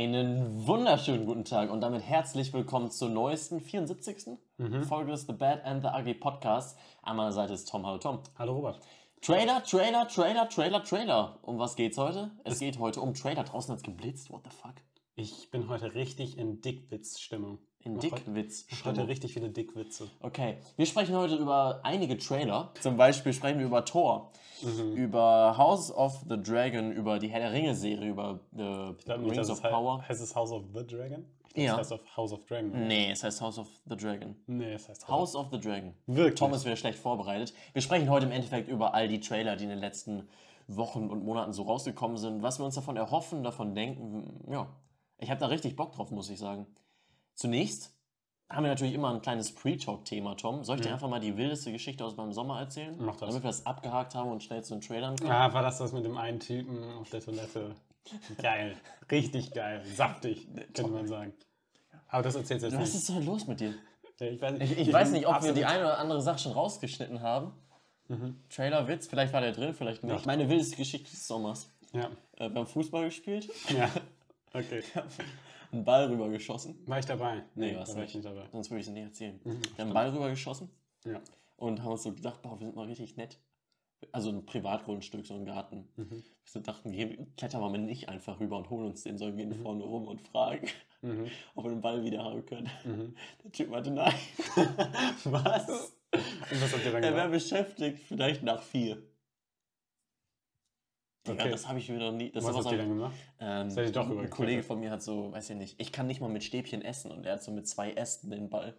Einen wunderschönen guten Tag und damit herzlich willkommen zur neuesten 74. Mhm. Folge des The Bad and the Ugly Podcast. An meiner Seite ist Tom. Hallo Tom. Hallo Robert. Trailer, Trailer, Trailer, Trailer, Trailer. Um was geht's heute? Es geht heute um Trailer. Draußen hat's geblitzt. What the fuck? Ich bin heute richtig in Dickwitz-Stimmung. In Mach Dickwitz. Heute, mach heute richtig viele Dickwitze. Okay, wir sprechen heute über einige Trailer. Zum Beispiel sprechen wir über Thor, Mhm. über House of the Dragon, über die Herr der Ringe Serie, über äh, Ich glaube nicht, Rings dass of es hei- Power. heißt es House of the Dragon? Ich glaub, Ja. Es heißt auf House of Dragon. Nee, es heißt House of the Dragon. Nee, es heißt House of the Dragon. Wirklich? Tom ist wieder schlecht vorbereitet. Wir sprechen heute im Endeffekt über all die Trailer, die in den letzten Wochen und Monaten so rausgekommen sind, was wir uns davon erhoffen, davon denken. Ja, ich habe da richtig Bock drauf, muss ich sagen. Zunächst haben wir natürlich immer ein kleines Pre-Talk-Thema, Tom. Soll ich dir einfach mal die wildeste Geschichte aus meinem Sommer erzählen? Mhm. Mach das. Damit wir das abgehakt haben und schnell zu den Trailern kommen. Ah, war das das mit dem einen Typen auf der Toilette? Geil. richtig geil. Saftig, könnte man sagen. Aber das erzählst du jetzt Was nicht. ist denn los mit dir? Ich weiß Ich, ich weiß bin nicht, ob wir absolut- Mhm. die eine oder andere Sache schon rausgeschnitten haben. Trailer-Witz, vielleicht war der drin, vielleicht nicht. Meine wildeste Geschichte des Sommers. Ja. Äh, beim Fußball gespielt. ja. Okay. einen Ball rübergeschossen. War ich dabei? Nee, da warst war nicht. ich nicht dabei. Sonst würde ich es nicht Mhm, erzählen. Wir haben einen Ball rübergeschossen Ja. und haben uns so gedacht, boah, wir sind mal richtig nett. Also ein Privatgrundstück, so ein Garten. Mhm. Wir so dachten, gehen, klettern wir mal nicht einfach rüber und holen uns den, sondern gehen vorne rum und fragen, Mhm. ob wir den Ball wieder haben können. Mhm. Der Typ meinte, nein. Was? Und was habt ihr dann Er wäre gemacht? beschäftigt, vielleicht nach vier. Digga, Okay. das habe ich mir noch nie. Das Was ist habt ihr dann gemacht? Ähm, Seid ihr doch ein rübergeklettert? Kollege von mir hat so, weiß ich nicht, ich kann nicht mal mit Stäbchen essen und er hat so mit zwei Ästen den Ball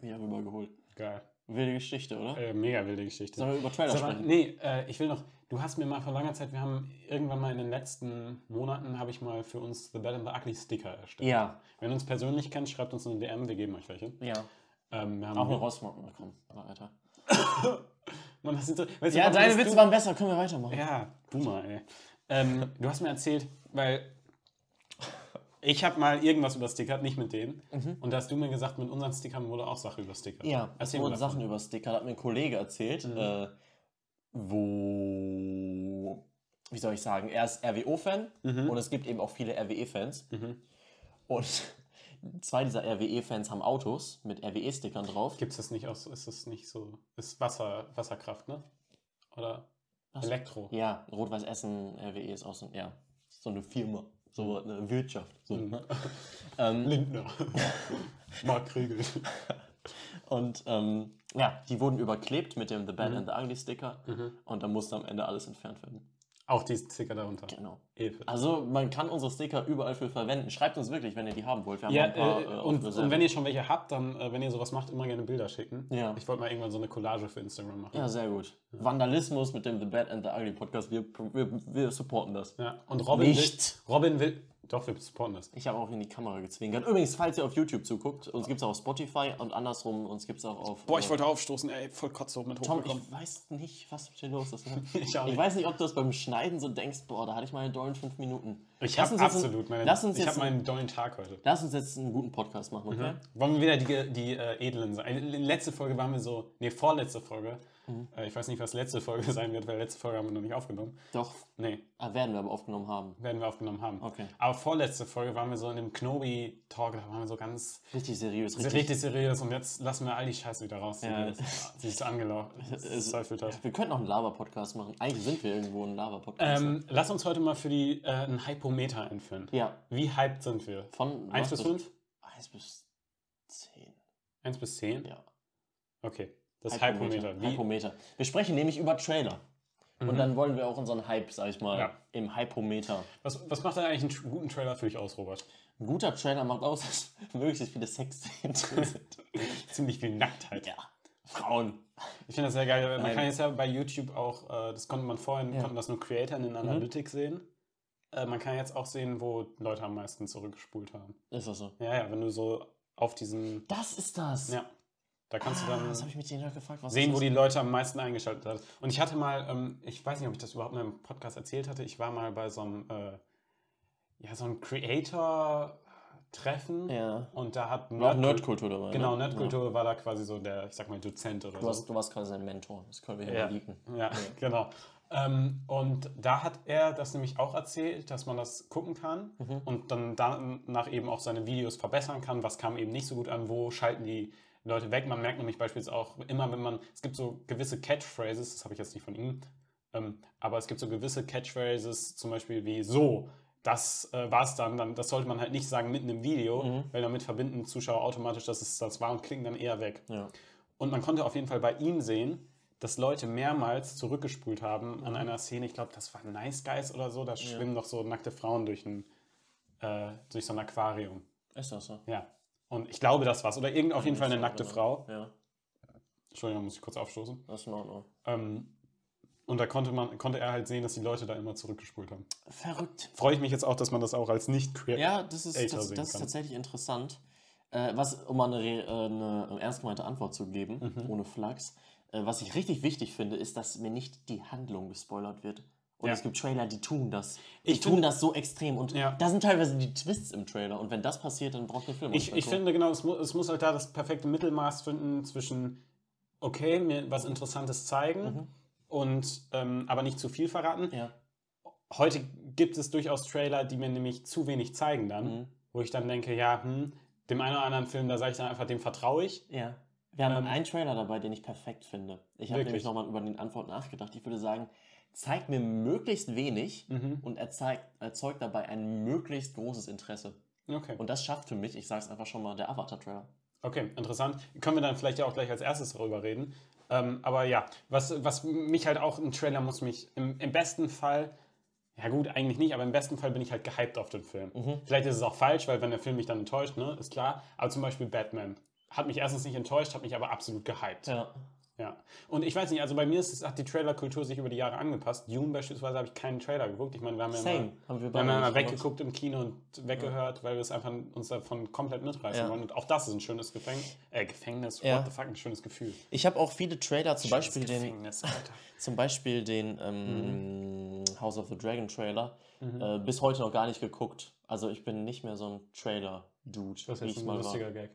wieder rübergeholt. Geil. Wilde Geschichte, oder? Äh, mega wilde Geschichte. Sollen wir über Trailer Sag mal, sprechen? nee, äh, ich will noch, du hast mir mal vor langer Zeit, wir haben irgendwann mal in den letzten Monaten, habe ich mal für uns The Bad and the Ugly Sticker erstellt. Ja, Wenn ihr uns persönlich kennt, schreibt uns eine DM, wir geben euch welche. ja. Ähm, wir haben Auch eine Rossmotten bekommen, aber Alter. Mann, das sind so, weißt du, Ja, warum deine bist Witze du- waren besser, können wir weitermachen. Ja, Boomer, ey. Ähm, du hast mir erzählt, weil ich habe mal irgendwas über Sticker, nicht mit denen. Und da hast du mir gesagt, mit unseren Stickern wurde auch Sache über Sticker. Mhm. Ja, es erzähl wurden mal. Mhm. Sachen über Sticker, hat mir ein Kollege erzählt, äh, wo, wie soll ich sagen, er ist RWO-Fan Mhm. und es gibt eben auch viele RWE-Fans. Und zwei dieser RWE-Fans haben Autos mit RWE-Stickern drauf. Gibt es das nicht aus, ist das nicht so, ist Wasser, Wasserkraft, ne? Oder Elektro. Ja, Rot-Weiß Essen, RWE ist auch so, ja, so eine Firma, so Mhm. eine Wirtschaft. So, ne? ähm, Lindner. Mark Kriegel. und ähm, ja, die wurden überklebt mit dem The Mhm. Bad and the Ugly Sticker und dann musste am Ende alles entfernt werden. Auch die Sticker darunter. Genau. Episch. Also man kann unsere Sticker überall für verwenden. Schreibt uns wirklich, wenn ihr die haben wollt. Wir haben Ja, noch ein paar, äh, äh, auf und, Reserve. und wenn ihr schon welche habt, dann, äh, wenn ihr sowas macht, immer gerne Bilder schicken. Ja. Ich wollte mal irgendwann so eine Collage für Instagram machen. ja, sehr gut. Vandalismus mit dem The Bad and the Ugly Podcast. Wir, wir, wir supporten das. Ja, Und Robin Nicht. will. Robin will. Doch, wir supporten das. Ich habe auch in die Kamera gezwinkert. Übrigens, falls ihr auf YouTube zuguckt, uns gibt es auch auf Spotify und andersrum, uns gibt es auch auf. äh, wollte aufstoßen, ey, voll Kotze mit Tom, ich weiß nicht, was mit dir los ist. Ne? Ich auch nicht. weiß nicht, ob du das beim Schneiden so denkst, boah, da hatte ich meine dollen fünf Minuten. Ich, Lass habe uns jetzt absolut Einen, meinen. lass, uns ich Mhm. jetzt habe einen, meinen dollen Tag heute. lass uns jetzt einen guten Podcast machen, okay? Wollen wir wieder die, ge- die äh, edlen sein? In- in Letzte Folge waren wir so, nee, vorletzte Folge. Mhm. Äh, ich weiß nicht, was letzte Folge sein wird, weil letzte Folge haben wir noch nicht aufgenommen. Doch, Nee, ah, werden wir aber aufgenommen haben. werden wir aufgenommen haben. Okay. Aber vorletzte Folge waren wir so in dem Knobi-Talk, da waren wir so ganz Richtig seriös, richtig, richtig. seriös und jetzt lassen wir all die Scheiße wieder raus. die Ja. wir- Sie ist angelaufen. Zweifelt hat. Wir könnten auch einen Lava-Podcast machen. Eigentlich sind wir irgendwo ein Lava-Podcast. Ähm, lass uns heute mal für die äh, einen Hypometer einführen. ja, Wie hyped sind wir? von 1 was bis 5? 1 bis 10. 1 bis 10? Ja. Okay. Das Hypometer. Wie, Mhm. Hypometer. Wir sprechen nämlich über Trailer. Und dann wollen wir auch unseren Hype, sag ich mal, Ja. im Hypometer was, was macht denn eigentlich einen tr- guten Trailer für dich aus, Robert? Ein guter Trailer macht aus, dass möglichst viele Sexszenen drin sind. Ziemlich viel Nacktheit. ja, Frauen. Ich finde das sehr geil. Man Nein. kann jetzt ja bei YouTube auch, äh, das konnte man vorhin, Ja. Mhm. konnten das nur Creator in den Analytics sehen. Äh, man kann jetzt auch sehen, wo Leute am meisten zurückgespult haben. Ist das so? Ja, ja, wenn du so auf diesen, Das ist das. ja, da kannst du Ah, dann das habe ich mich denen gefragt. Was ist sehen, wo das? die Leute am meisten eingeschaltet haben. Und ich hatte mal, ähm, ich weiß nicht, ob ich das überhaupt mal im Podcast erzählt hatte, ich war mal bei so einem, äh, ja, so einem Creator-Treffen Ja. und da hat War auch Nerdkul- Nerdkultur dabei. Genau, ne? Ja. Nerdkultur war da quasi so der, ich sag mal, Dozent oder Du, so. hast, du warst quasi sein Mentor. Das können wir hier Ja, mal leaken. ja genau. Ähm, und da hat er das nämlich auch erzählt, dass man das gucken kann und dann danach eben auch seine Videos verbessern kann. Was kam eben nicht so gut an? Wo schalten die Leute weg? Man merkt nämlich beispielsweise auch immer, wenn man, es gibt so gewisse Catchphrases, das habe ich jetzt nicht von ihm, ähm, aber es gibt so gewisse Catchphrases, zum Beispiel wie so. Das äh, war es dann, dann, das sollte man halt nicht sagen mitten im Video, weil damit verbinden Zuschauer automatisch, dass es das war und klicken dann eher weg. Ja. Und man konnte auf jeden Fall bei ihm sehen, dass Leute mehrmals zurückgespult haben an einer Szene. Ich glaube, das war Nice Guys oder so. Da schwimmen doch so nackte Frauen durch, ein, äh, durch so ein Aquarium. Ist das so? Ja. Und ich glaube, das war's. Oder irgend, auf jeden Fall eine nackte Frau. Ja, Entschuldigung, muss ich kurz aufstoßen. das ist in Ordnung. Ähm, und da konnte, man, konnte er halt sehen, dass die Leute da immer zurückgespult haben. Verrückt. Freue ich mich jetzt auch, dass man das auch als nicht queer Ja, das ist, Älter das, sehen das ist kann. tatsächlich interessant. Äh, was, um mal eine, re- äh, eine ernst gemeinte Antwort zu geben, Mhm. ohne Flachs, äh, was ich richtig wichtig finde, ist, dass mir nicht die Handlung gespoilert wird. Und Ja. es gibt Trailer, die tun das. Die Ich tun finde- das so extrem. Und Ja. da sind teilweise die Twists im Trailer. Und wenn das passiert, dann braucht der Film. auch Ich, nicht ich mehr gucken. finde genau, es, mu es muss halt da das perfekte Mittelmaß finden zwischen, okay, mir was Interessantes zeigen und ähm, aber nicht zu viel verraten. Mhm. Ja. Heute gibt es durchaus Trailer, die mir nämlich zu wenig zeigen dann, Mhm. wo ich dann denke, ja, hm, dem einen oder anderen Film, da sage ich dann einfach, dem vertraue ich. Ja. Wir haben Ähm, einen Trailer dabei, den ich perfekt finde. Ich habe Wirklich? nämlich nochmal über den Antwort nachgedacht. Ich würde sagen, zeigt mir möglichst wenig Mhm. und erzeigt, erzeugt dabei ein möglichst großes Interesse. Okay. Und das schafft für mich, ich sage es einfach schon mal, der Avatar-Trailer. Okay, interessant. Können wir dann vielleicht ja auch gleich als erstes darüber reden. Ähm, aber ja, was, was mich halt auch, ein Trailer muss mich im, im besten Fall, ja gut, eigentlich nicht, aber im besten Fall bin ich halt gehypt auf den Film. Vielleicht ist es auch falsch, weil wenn der Film mich dann enttäuscht, ne, ist klar. Aber zum Beispiel Batman hat mich erstens nicht enttäuscht, hat mich aber absolut gehypt. Ja. Ja. Und ich weiß nicht, also bei mir ist, es- hat die Trailerkultur sich über die Jahre angepasst. Dune beispielsweise habe ich keinen Trailer geguckt. Ich meine, wir haben ja Same. mal, Haben wir wir beide haben ja mal nicht gemacht. weggeguckt im Kino und weggehört, weil wir es einfach uns davon komplett mitreißen Ja. wollen. Und auch das ist ein schönes Gefängnis. Äh, Gefängnis, Ja. what the fuck, ein schönes Gefühl. Ich habe auch viele Trailer, zum Beispiel Schönes den, Gefängnis, Alter. zum Beispiel den ähm, Mhm. House of the Dragon Trailer, äh, bis heute noch gar nicht geguckt. Also ich bin nicht mehr so ein Trailer-Dude, Das wie ist ich jetzt ein mal war. lustiger Gag.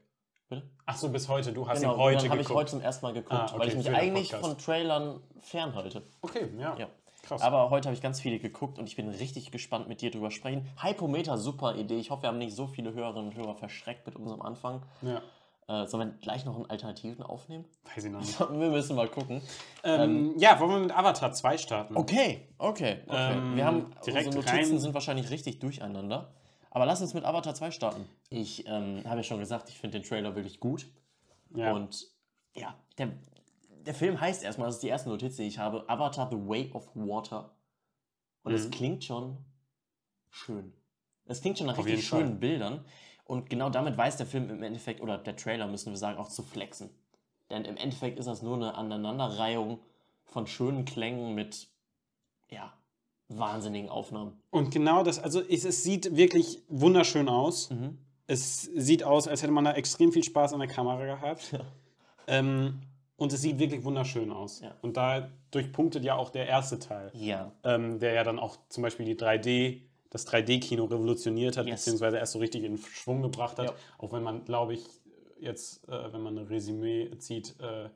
Bitte? Ach so, bis heute. Du hast Genau, ihn und heute dann habe ich geguckt. heute zum ersten Mal geguckt, Ah, okay, weil ich mich für den eigentlich Podcast. von Trailern fernhalte. okay, ja. Ja. Krass. Aber heute habe ich ganz viele geguckt und ich bin richtig gespannt, mit dir drüber sprechen. Hypometer, super Idee. Ich hoffe, wir haben nicht so viele Hörerinnen und Hörer verschreckt mit unserem Anfang. ja. Äh, sollen wir gleich noch einen Alternativen aufnehmen? Weiß ich noch nicht. Wir müssen mal gucken. ähm, ja, wollen wir mit Avatar 2 starten? Okay, okay, okay. Ähm, wir haben direkt unsere Notizen rein. sind wahrscheinlich richtig durcheinander. Aber lass uns mit Avatar 2 starten. Ich ähm, habe ja schon gesagt, ich finde den Trailer wirklich gut. Ja. Und ja, der, der Film heißt erstmal, das ist die erste Notiz, die ich habe, Avatar The Way of Water. Und es Mhm. klingt schon schön. Es klingt schon nach Auf richtig jeden Fall. schönen Bildern. Und genau damit weiß der Film im Endeffekt, oder der Trailer, müssen wir sagen, auch zu flexen. Denn im Endeffekt ist das nur eine Aneinanderreihung von schönen Klängen mit, ja, wahnsinnigen Aufnahmen. Und genau das, also es, es sieht wirklich wunderschön aus. Mhm. Es sieht aus, als hätte man da extrem viel Spaß an der Kamera gehabt. Ähm, und es sieht wirklich wunderschön aus. Ja. Und dadurch punktet ja auch der erste Teil, Ja, ähm, der ja dann auch zum Beispiel die 3D, das 3D-Kino revolutioniert hat, Yes. beziehungsweise erst so richtig in Schwung gebracht hat. Ja. Auch wenn man, glaube ich, jetzt, äh, wenn man ein Resümee zieht, äh,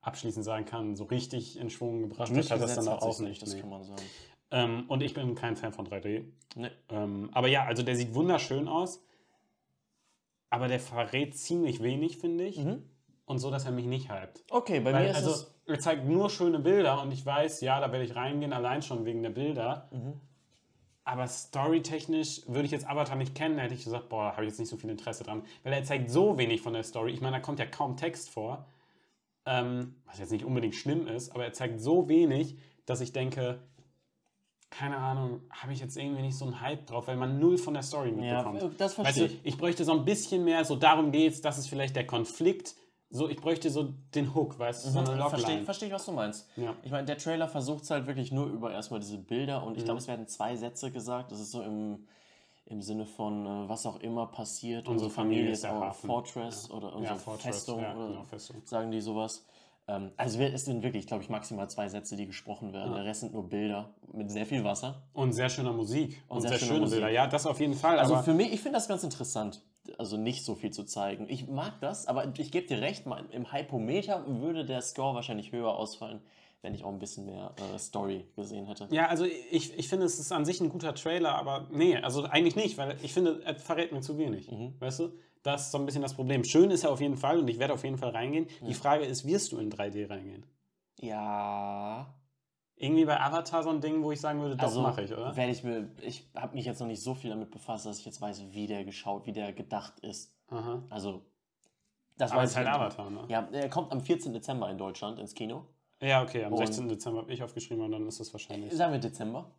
abschließend sagen kann, so richtig in Schwung gebracht hat, hat das durchgesetzt dann hat auch sich's nicht. das nee. kann man sagen. Ähm, und ich bin kein Fan von 3D. Nee. Ähm, aber ja, also der sieht wunderschön aus. Aber der verrät ziemlich wenig, finde ich. Und so, dass er mich nicht hypt. Okay, bei mir Weil, ist also, es... er zeigt nur schöne Bilder und ich weiß, ja, da werde ich reingehen, allein schon wegen der Bilder. Mhm. Aber storytechnisch würde ich jetzt Avatar nicht kennen, da hätte ich gesagt, boah, da habe ich jetzt nicht so viel Interesse dran. Weil er zeigt so wenig von der Story. Ich meine, da kommt ja kaum Text vor. Ähm, was jetzt nicht unbedingt schlimm ist, aber er zeigt so wenig, dass ich denke, keine Ahnung, habe ich jetzt irgendwie nicht so einen Hype drauf, weil man null von der Story mitbekommt. das Weißt verstehe du, ich. ich bräuchte so ein bisschen mehr, so darum geht's, das ist vielleicht der Konflikt. So, ich bräuchte so den Hook, weißt du, so eine Logline. Mhm, Verstehe versteh ich, was du meinst. Ja. Ich meine, der Trailer versucht es halt wirklich nur über erstmal diese Bilder und ich Mhm. glaube, es werden zwei Sätze gesagt. Das ist so im, im Sinne von, äh, was auch immer passiert. Unsere Familie ist der our Hafen. Fortress oder unsere Fortress, Festung ja, oder genau, Festung. sagen die sowas. Ähm, also wir- es sind wirklich, glaube ich, maximal zwei Sätze, die gesprochen werden. Der Rest sind nur Bilder mit sehr viel Wasser. Und sehr schöner Musik. Und, sehr sehr, schöne schöne Musik. Bilder. Ja, das auf jeden Fall. Also aber für mich, ich finde das ganz interessant, also nicht so viel zu zeigen. Ich mag das, aber ich gebe dir recht, mein- im Hypometer würde der Score wahrscheinlich höher ausfallen, wenn ich auch ein bisschen mehr äh, Story gesehen hätte. Ja, also ich, ich finde, es ist an sich ein guter Trailer, aber nee, also eigentlich nicht, weil ich finde, er verrät mir zu wenig. Mhm. Weißt du? Das ist so ein bisschen das Problem. Schön ist er auf jeden Fall und ich werde auf jeden Fall reingehen. Die Frage ist, wirst du in 3D reingehen? Ja. Irgendwie bei Avatar so ein Ding, wo ich sagen würde, das Also, mache ich, oder? Werde ich mir, ich habe mich jetzt noch nicht so viel damit befasst, dass ich jetzt weiß, wie der geschaut, wie der gedacht ist. Aha. Also, das Aber weiß es ist halt ich. Avatar, ne? Ja, er kommt am 14. Dezember in Deutschland ins Kino. Ja, okay, am Und- 16. Dezember habe ich aufgeschrieben und dann ist es wahrscheinlich, Sagen wir Dezember.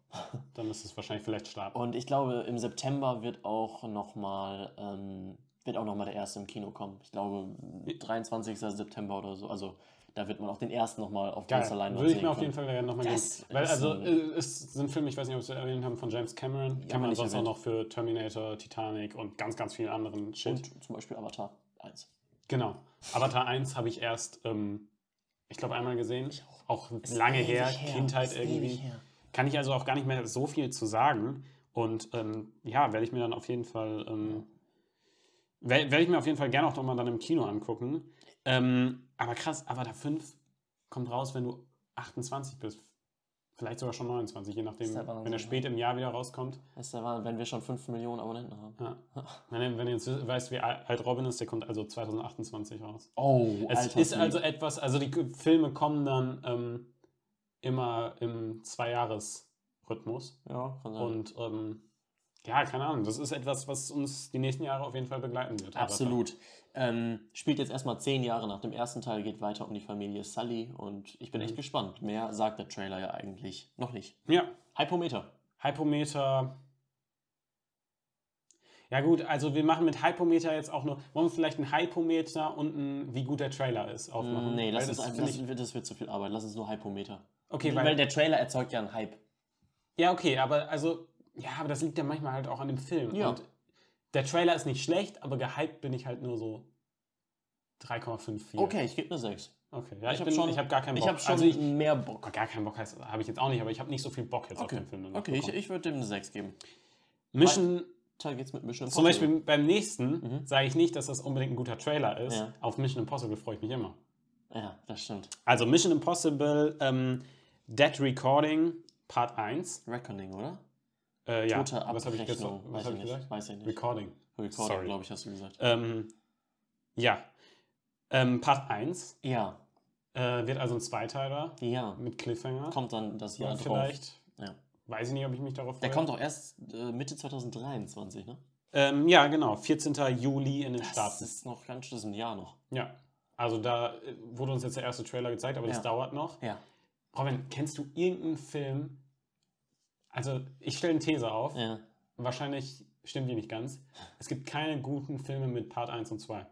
dann ist es wahrscheinlich vielleicht Start. Und ich glaube, im September wird auch nochmal ähm, wird auch noch mal der erste im Kino kommen. Ich glaube, 23. September oder so. Also da wird man auch den ersten nochmal auf Geil, großer Leinwand würde ich sehen mir auf können. jeden Fall gerne nochmal geben. Das Weil ist also ein- äh, es sind Filme, ich weiß nicht, ob wir es erwähnt haben, von James Cameron. Ja, haben wir Cameron nicht sonst auch erwähnt. noch für Terminator, Titanic und ganz, ganz vielen anderen Shit. Und zum Beispiel Avatar 1. Genau. Avatar 1 habe ich erst, ähm, ich glaube, einmal gesehen. auch. Ist lange ewig her, her, Kindheit ist irgendwie. ewig her. Kann ich also auch gar nicht mehr so viel zu sagen. Und ähm, ja, werde ich mir dann auf jeden Fall, ähm, wer- werde ich mir auf jeden Fall gerne auch nochmal dann im Kino angucken. Ähm, aber krass, Avatar 5 kommt raus, wenn du 28 bist. Vielleicht sogar schon 29, je nachdem, Ist der Wahnsinn, wenn er ne? spät im Jahr wieder rauskommt. Das ist der Wahnsinn, wenn wir schon 5 Millionen Abonnenten haben. Ja. Wenn wenn du jetzt weißt, wie alt Robin ist, der kommt also 2028 raus. Oh, Es Alter, ist also etwas, also die K- Filme kommen dann ähm, immer im Zweijahresrhythmus. Ja, kann sein. Und ähm, ja, keine Ahnung, das ist etwas, was uns die nächsten Jahre auf jeden Fall begleiten wird. Absolut. Ähm, spielt jetzt erstmal zehn Jahre nach dem ersten Teil, geht weiter um die Familie Sully und ich bin Mhm. echt gespannt. Mehr sagt der Trailer ja eigentlich noch nicht. Avatar. Ja, Hypometer. Hypometer. Ja gut, also wir machen mit Hypometer jetzt auch nur, wollen wir vielleicht einen Hypometer und ein, wie gut der Trailer ist, aufmachen? Mm, Nee, lass Weil uns einfach, finde das, ich- wird- das wird zu viel Arbeit. Lass uns nur um Hypometer. Okay, weil, weil, der Trailer erzeugt ja einen Hype. Ja, okay, aber also, ja, aber das liegt ja manchmal halt auch an dem Film. Ja. Und der Trailer ist nicht schlecht, aber gehypt bin ich halt nur so 3,54. Okay, ich gebe eine 6. Okay, ja, ich, hab bin schon- ich habe gar keinen Bock. Ich habe schon also ich, mehr Bock. gar keinen Bock heißt, habe ich jetzt auch nicht, aber ich habe nicht so viel Bock jetzt auf Okay, den Film. danach okay ich, bekommen. ich würde dem eine 6 geben. Mission, Da geht's mit Mission zum Impossible. Mhm. Beispiel beim nächsten sage ich nicht, dass das unbedingt ein guter Trailer ist. Ja. Auf Mission Impossible freue ich mich immer. Ja, das stimmt. Also Mission Impossible, ähm, Dead Recording, Part 1. Reckoning, oder? Äh, ja, Tote was habe ich, gestern- Abrechnung. was Weiß hab ich ich nicht. gesagt? Weiß ich nicht. Recording. Recording, Sorry. glaube ich, hast du gesagt. Ähm, ja. Ähm, Part 1 Ja, äh, wird also ein Zweiteiler ja. mit Cliffhanger. Kommt dann das Ja, Jahr drauf. vielleicht. Ja. Weiß ich nicht, ob ich mich darauf Der freue. kommt doch erst äh, Mitte 2023, ne? Ähm, ja, genau. 14. Juli in den Das Staaten. ist noch ganz schön das ist ein Jahr noch. Ja. Also da äh, wurde uns jetzt der erste Trailer gezeigt, aber das Ja. dauert noch. Ja. Robin, kennst du irgendeinen Film? Also, ich stelle eine These auf. Ja. Wahrscheinlich stimmt die nicht ganz. Es gibt keine guten Filme mit Part 1 und 2.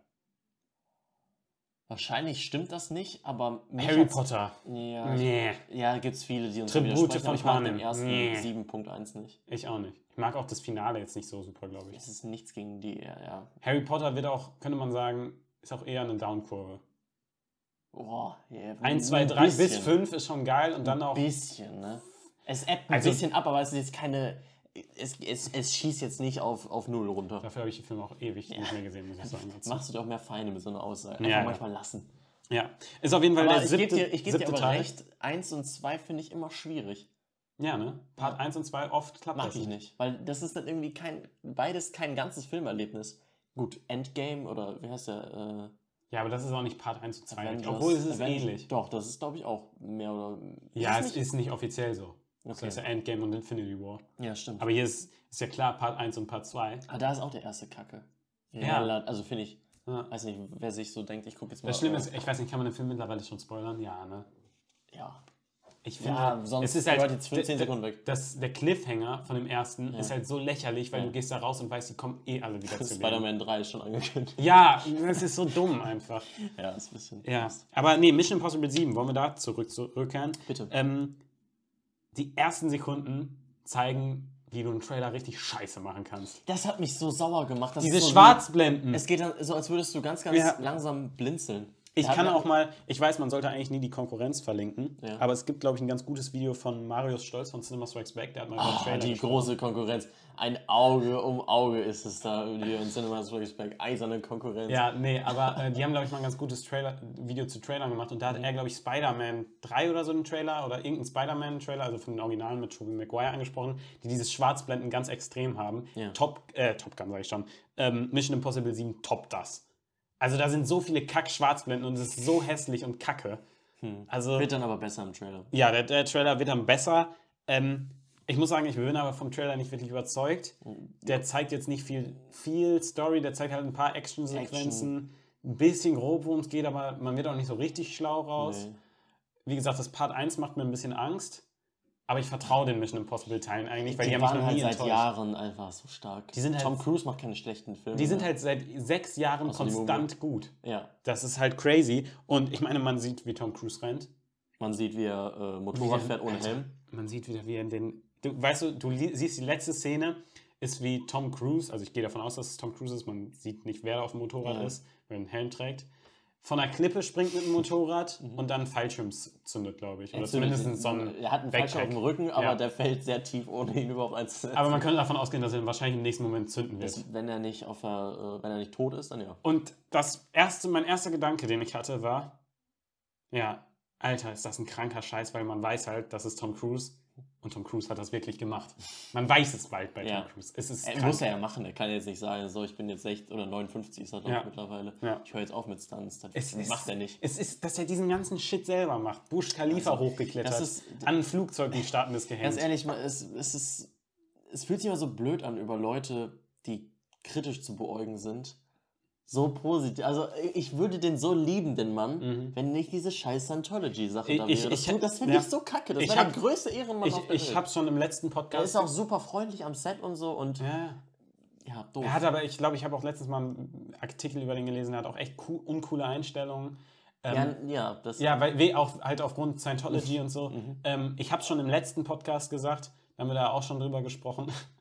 Wahrscheinlich stimmt das nicht, aber mich Harry hat's- Potter. Mhm. Ja, Nee. ja gibt es viele, die uns Tribute widersprechen, von aber ich mag den Panem. ersten Nee. 7.1 nicht. Ich auch nicht. Ich mag auch das Finale jetzt nicht so super, glaube ich. Es ist nichts gegen die, ja. ja. Harry Potter wird auch, könnte man sagen, ist auch eher eine Downkurve. Boah, ja, 1, nur 2, ein 3 bis bisschen. 5 ist schon geil und dann auch. Ein bisschen, ne? Es ebbt ein Also- bisschen ab, aber es ist jetzt keine. Es, es, es schießt jetzt nicht auf, auf Null runter. Dafür habe ich die Filme auch ewig nicht mehr gesehen, muss ich sagen. Jetzt. Machst du doch mehr Feinde mit so einer Aussage. Einfach Ja, ja. manchmal lassen. Ja. Ist auf jeden Fall Aber der ich gebe siebte, dir, ich geb dir siebte aber Teil. recht, eins und zwei finde ich immer schwierig. Ja, ne? Part 1 und 2 oft klappt Mag das ich nicht. Weil das ist dann irgendwie kein, beides kein ganzes Filmerlebnis. Gut, Endgame oder wie heißt der? Ja, aber das ist auch nicht Part 1 und Äh, 2. Obwohl es ist Avengers- ähnlich. Doch, das ist glaube ich auch mehr oder. Ja, Ist es ist nicht offiziell so. Okay. Das ist ja Endgame und Infinity War. ja, stimmt. Aber, Aber hier ist, ist ja klar Part 1 und Part 2. da ist auch der erste Kacke. Ja. Rela- Also finde ich, Ja. weiß nicht, wer sich so denkt, ich gucke jetzt mal. Das Schlimme äh, ist, ich weiß nicht, kann man den Film mittlerweile schon spoilern? Ja, ne? Ja. Ich finde, Ja, sonst es ist halt, Leute, jetzt 15 der- Sekunden weg. Das, der Cliffhanger von dem ersten ist halt so lächerlich, weil Ja. du gehst da raus und weißt, die kommen eh alle wieder zu Leben. Spider-Man 3 ist schon angekündigt. Ja, das ist so dumm einfach. Ja, ist ein bisschen. Ja, aber nee, Mission Impossible 7, wollen wir da zurück, zurückkehren? Bitte. Ähm, die ersten Sekunden zeigen, wie du einen Trailer richtig scheiße machen kannst. Das hat mich so sauer gemacht. Das Diese ist so ein- Schwarzblenden. Es geht dann so, als würdest du ganz, ganz Ja. langsam blinzeln. Ich Ja, kann wir- auch mal, ich weiß, man sollte eigentlich nie die Konkurrenz verlinken, Ja. aber es gibt, glaube ich, ein ganz gutes Video von Marius Stolz von Cinema Strikes Back, der hat mal über den Ah, Trailer die gesprochen. große Konkurrenz. Ein Auge um Auge ist es da hier in Cinema Back. Eiserne Konkurrenz. Ja, nee, aber äh, die haben, glaube ich, mal ein ganz gutes Trailer, Video zu Trailern gemacht und da hat Mhm. er, glaube ich, Spider-Man 3 oder so einen Trailer oder irgendeinen Spider-Man-Trailer, also von den Originalen mit Tobey Maguire angesprochen, die dieses Schwarzblenden ganz extrem haben. Ja. Top, äh, Top Gun, sage ich schon. Ähm, Mission Impossible 7 top das. Also da sind so viele Kack-Schwarzblenden und es ist so hässlich und kacke. Also, Hm. Wird dann aber besser im Trailer. ja, der, der Trailer wird dann besser. Ähm, ich muss sagen, ich bin aber vom Trailer nicht wirklich überzeugt. Der zeigt jetzt nicht viel, viel Story, der zeigt halt ein paar Action-Sequenzen. Ein bisschen grob, worum es geht, aber man wird auch nicht so richtig schlau raus. Nee. Wie gesagt, das Part 1 macht mir ein bisschen Angst. Aber ich vertraue den Mission Impossible-Teilen eigentlich, weil die, die haben mich noch waren nie halt seit enttäuscht. Jahren einfach so stark. Die sind halt- Tom Cruise macht keine schlechten Filme. Die sind mehr. halt seit sechs Jahren Außer die konstant gut. Ja, Das ist halt crazy. Und ich meine, man sieht, wie Tom Cruise rennt. man sieht, wie er äh, Motorrad fährt ohne Alter, Helm. Man sieht wieder, wie er in den. Du, weißt du, du li- siehst die letzte Szene, ist wie Tom Cruise, also ich gehe davon aus, dass es Tom Cruise ist, man sieht nicht, wer da auf dem Motorrad Ja. ist, wenn er einen Helm trägt. Von der Klippe springt mit dem Motorrad Mhm. und dann Fallschirm zündet, glaube ich. Oder zumindest so ein er hat einen Fallschirm auf dem Backpack. Rücken, aber Ja. der fällt sehr tief, ohne ihn überhaupt einzusetzen. Also, Aber man könnte davon ausgehen, dass er ihn wahrscheinlich im nächsten Moment zünden wird. wenn er nicht auf der, äh, wenn er nicht tot ist, dann ja. Und das erste, mein erster Gedanke, den ich hatte, war, ja, Alter, ist das ein kranker Scheiß, weil man weiß halt, das ist Tom Cruise und Tom Cruise hat das wirklich gemacht. Man weiß es bald bei Ja. Tom Cruise. Es ist Er krank. Äh, muss er ja machen, er kann jetzt nicht sagen, so ich bin jetzt 6 oder 59 ist er doch Ja. mittlerweile. Ja. Ich höre jetzt auf mit Stunts. Das Es ist, macht er nicht. Also, Es ist, dass er diesen ganzen Shit selber macht. Bush Khalifa hochgeklettert, das ist- an ein Flugzeug ein startendes Gehängt. Ganz ehrlich, man- es, es, ist, es fühlt sich immer so blöd an, über Leute, die kritisch zu beäugen sind, so positiv. Also ich würde den so lieben, den Mann, wenn nicht diese scheiß Scientology-Sache Mhm. Ich- da ich- wäre. Das, ich- tut- das finde ja. ich so kacke. Das Ich war hab- der größte Ehrenmann auf ich der ich Welt. habe schon im letzten Er Podcast. ist auch super freundlich am Set und so und ja. ja, doof. Er hat aber, ich glaube, ich habe auch letztens mal einen Artikel über den gelesen, er hat auch echt coo- uncoole Einstellungen. Ähm, ja, ja, das Ja, weil we- auch halt aufgrund Scientology und so. Mhm. Ähm, ich habe schon im letzten Podcast gesagt, da haben wir da auch schon drüber gesprochen.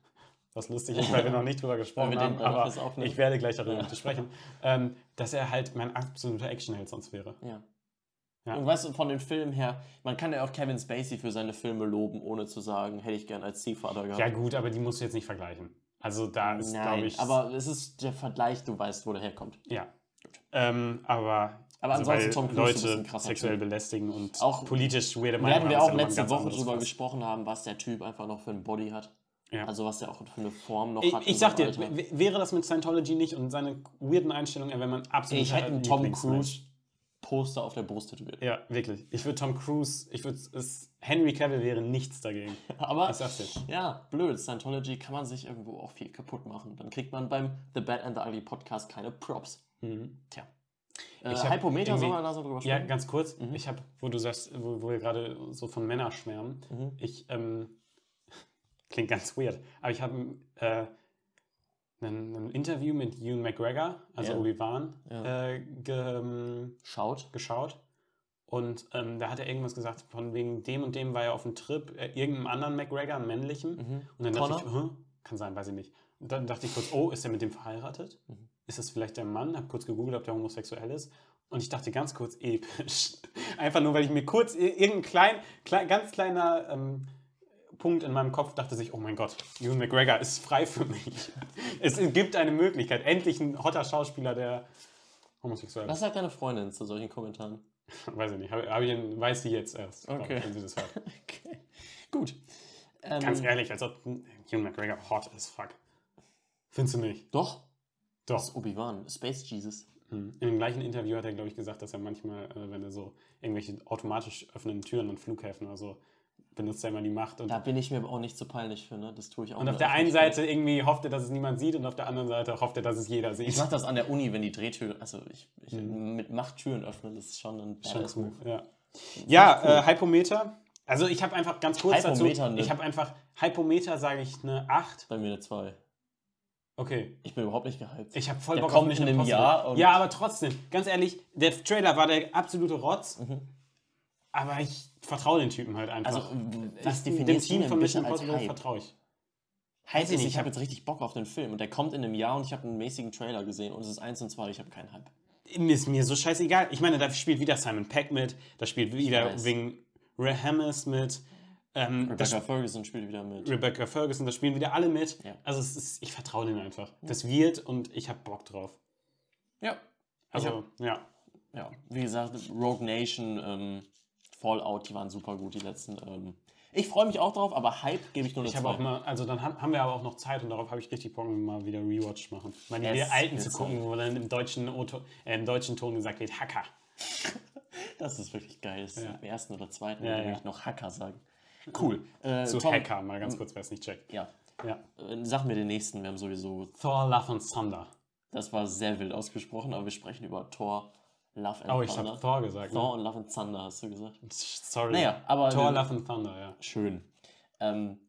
Was lustig ist, weil wir noch nicht drüber gesprochen wir haben, denken, aber das ist auch nicht. ich werde gleich darüber sprechen, ähm, dass er halt mein absoluter Actionheld sonst wäre. Ja. Ja. Und weißt du, von den Filmen her, man kann ja auch Kevin Spacey für seine Filme loben, ohne zu sagen, hätte ich gern als Ziehvater gehabt. Ja gut, aber die musst du jetzt nicht vergleichen. Also da ist, glaube Nein, ich, aber es ist der Vergleich, du weißt, wo der herkommt. ja. Ähm, aber Aber ansonsten weil Tom Cruise ist ein Leute krasser sexuell Typ. belästigen und Auch- politisch weirde Da werden haben, wir ist auch ja nochmal ein letzte ganz Woche anderes drüber Fass. gesprochen haben, was der Typ einfach noch für ein Body hat. Ja. Also was er auch für eine Form noch Ich, hat. in ich sag dir, seinem Alter. w- wäre das mit Scientology nicht und seine weirden Einstellungen, er wäre mein absoluter ich hätte einen Tom Lieblingsmensch. Cruise Poster auf der Brust tätowiert. Ja, wirklich. Ich würde Tom Cruise, ich würde es, Henry Cavill wäre nichts dagegen. Aber Ich sag's dir. ja, blöd. Scientology kann man sich irgendwo auch viel kaputt machen. Dann kriegt man beim The Bad and the Ugly Podcast keine Props. Tja. Äh, Mhm. Ich hab Hypometer irgendwie- soll man da so drüber Ja, sprechen? ganz kurz. Mhm. Ich habe, wo du sagst, wo, wo wir gerade so von Männern schwärmen, Mhm. ich, ähm, klingt ganz weird, aber ich habe äh, ein, ein Interview mit Ewan McGregor, also Ja. Obi-Wan, Ja. äh, ge, ähm, Schaut. geschaut. Und ähm, da hat er irgendwas gesagt, von wegen dem und dem war er auf dem Trip, äh, irgendeinem anderen McGregor, einem männlichen. Und dann dachte ich, hm, kann sein, weiß ich nicht. Und dann dachte ich kurz, oh, ist er mit dem verheiratet? Ist das vielleicht der Mann? Hab kurz gegoogelt, ob der homosexuell ist. Und ich dachte ganz kurz, episch. Einfach nur, weil ich mir kurz ir- irgendein klein, klein, ganz kleiner ähm, Punkt in meinem Kopf dachte sich, oh mein Gott, Ewan McGregor ist frei für mich. es gibt eine Möglichkeit. Endlich ein hotter Schauspieler, der homosexuell ist. Was sagt deine Freundin zu solchen Kommentaren? Weiß ich nicht. Hab, hab ich, den- weiß sie jetzt erst, glaub Okay. ich, wenn sie das hört. Okay. Gut. Ähm, Ganz ehrlich, als ob Hugh McGregor hot as fuck. Findest du nicht? Doch, das Doch. ist Obi-Wan, Space Jesus. Hm. In dem gleichen Interview hat er, glaube ich, gesagt, dass er manchmal, äh, wenn er so irgendwelche automatisch öffnenden Türen und Flughäfen oder so, benutzt er immer die Macht. Und, Da bin ich mir aber auch nicht so peinlich für, ne? Das tue ich auch und auf in der einen Öffentlichkeit. Seite irgendwie hofft er, dass es niemand sieht und auf der anderen Seite hofft er, dass es jeder Ich sieht. mach das an der Uni, wenn die Drehtür. Also, ich, ich mit Macht Türen öffnen, das ist schon ein Mhm. Schon badass cool, Move. Ja, ja äh, Hypometer. Also ich habe einfach ganz kurz Hypometer, dazu, ne? ich habe einfach Hypometer, sage ich, eine 8. Bei mir eine 2. Okay, Ich bin überhaupt nicht gehypt. Ich habe voll Der Bock kommt auf Mission in einem Impossible. Jahr und- ja, aber trotzdem, ganz ehrlich, der Trailer war der absolute Rotz. Aber ich vertraue den Typen halt einfach. Mhm. also, was ich, dem definierst du Team denn von bitte Mission als Impossible Hype? vertraue ich. Heißt es, ich nicht, ich ich habe jetzt richtig Bock auf den Film und der kommt in einem Jahr und ich habe einen mäßigen Trailer gesehen und es ist eins und zwei, ich habe keinen Hype. ist mir so scheißegal. Ich meine, da spielt wieder Simon Peck mit, da spielt wieder weiß. Wing Rahamis mit. Ähm, da Rebecca Ferguson spielt wieder mit. Rebecca Ferguson, da spielen wieder alle mit. Ja. Also es ist, ich vertraue denen einfach. Das wird und ich habe Bock drauf. ja. Also, ja. ja. Wie gesagt, Rogue Nation, ähm, Fallout, die waren super gut, die letzten. Ähm. Ich freue mich auch drauf, aber Hype gebe ich nur eine Ich habe auch zwei. mal, also dann haben, haben wir aber auch noch Zeit und darauf habe ich richtig Bock, mal wieder Rewatch machen. Meine Es die alten wird zu gucken, wo dann im deutschen, O-Ton- äh, im deutschen Ton gesagt wird, Hacker. Das ist wirklich geil. Das ist Ja. Im ersten oder zweiten Ja, würde ja. ich noch Hacker sagen. Cool. Äh, Zu Tom, Hacker, mal ganz kurz, wer es nicht checkt. Ja. Ja. Äh, Sag mir den nächsten, wir haben sowieso. Thor, Love and Thunder. Das war sehr wild ausgesprochen, aber wir sprechen über Thor, Love and Oh, ich Thunder. habe Thor gesagt. Thor und Love and Thunder, hast du gesagt? Ne? Sorry. Naja, aber- Thor, Love and Thunder, ja. Schön. Ähm,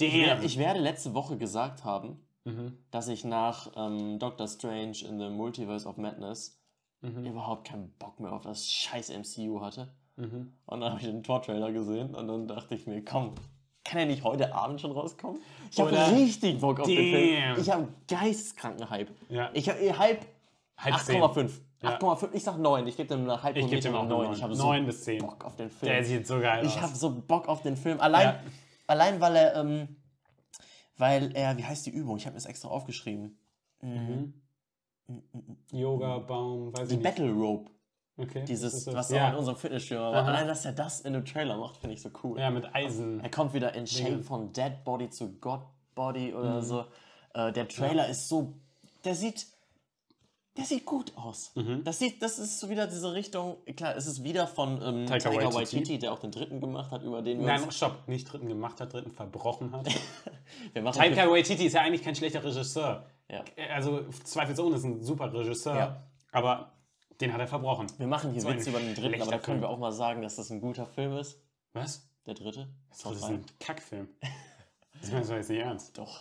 ich, Damn. wer- ich werde letzte Woche gesagt haben, mhm. dass ich nach ähm, Doctor Strange in the Multiverse of Madness Mhm. überhaupt keinen Bock mehr auf das scheiß MCU hatte. Mhm. Und dann habe ich den Tor-Trailer gesehen und dann dachte ich mir, komm, kann er nicht heute Abend schon rauskommen? Ich habe Oder? richtig Bock auf den Film. Damn. Ich habe geisteskranken Hype. Ja. Ich äh, habe Hype Halb zehn. 8,5. Ja. 8,5, ich sag 9. Ich gebe dem eine halbe Ich gebe dem auch 9. Ich habe 9, so bis 10. Bock auf den Film. Der sieht so geil Ich habe aus. so Bock auf den Film. Allein, Ja. allein weil er, ähm, weil er, wie heißt die Übung? Ich habe mir das extra aufgeschrieben. Yoga, Baum, weiß Die ich nicht. Battle Rope. Okay. Dieses, das ist das. was ja. auch in unserem Fitnessstudio war. Aha. Allein, dass er das in einem Trailer macht, finde ich so cool. ja, mit Eisen. Er kommt wieder in Shape Ja. von Dead Body zu God Body oder Mhm. so. Äh, der Trailer ist so, der sieht, der sieht gut aus. Mhm. Das sieht, das ist so wieder diese Richtung. Klar, es ist wieder von ähm, Taika Taika Waititi. Waititi. der auch den dritten gemacht hat, über den wir Nein, uns, stopp. Nicht dritten gemacht hat, dritten verbrochen hat. wir machen. Taika Waititi ist ja eigentlich kein schlechter Regisseur. ja. Also, zweifelsohne ist ein super Regisseur, Ja. aber den hat er verbrochen. Wir machen hier So ein Witze über den dritten, aber da schlechter können wir Film. auch mal sagen, dass das ein guter Film ist. Was? Der dritte. Das ist ein Kackfilm. Das meinst du jetzt nicht ernst? Doch,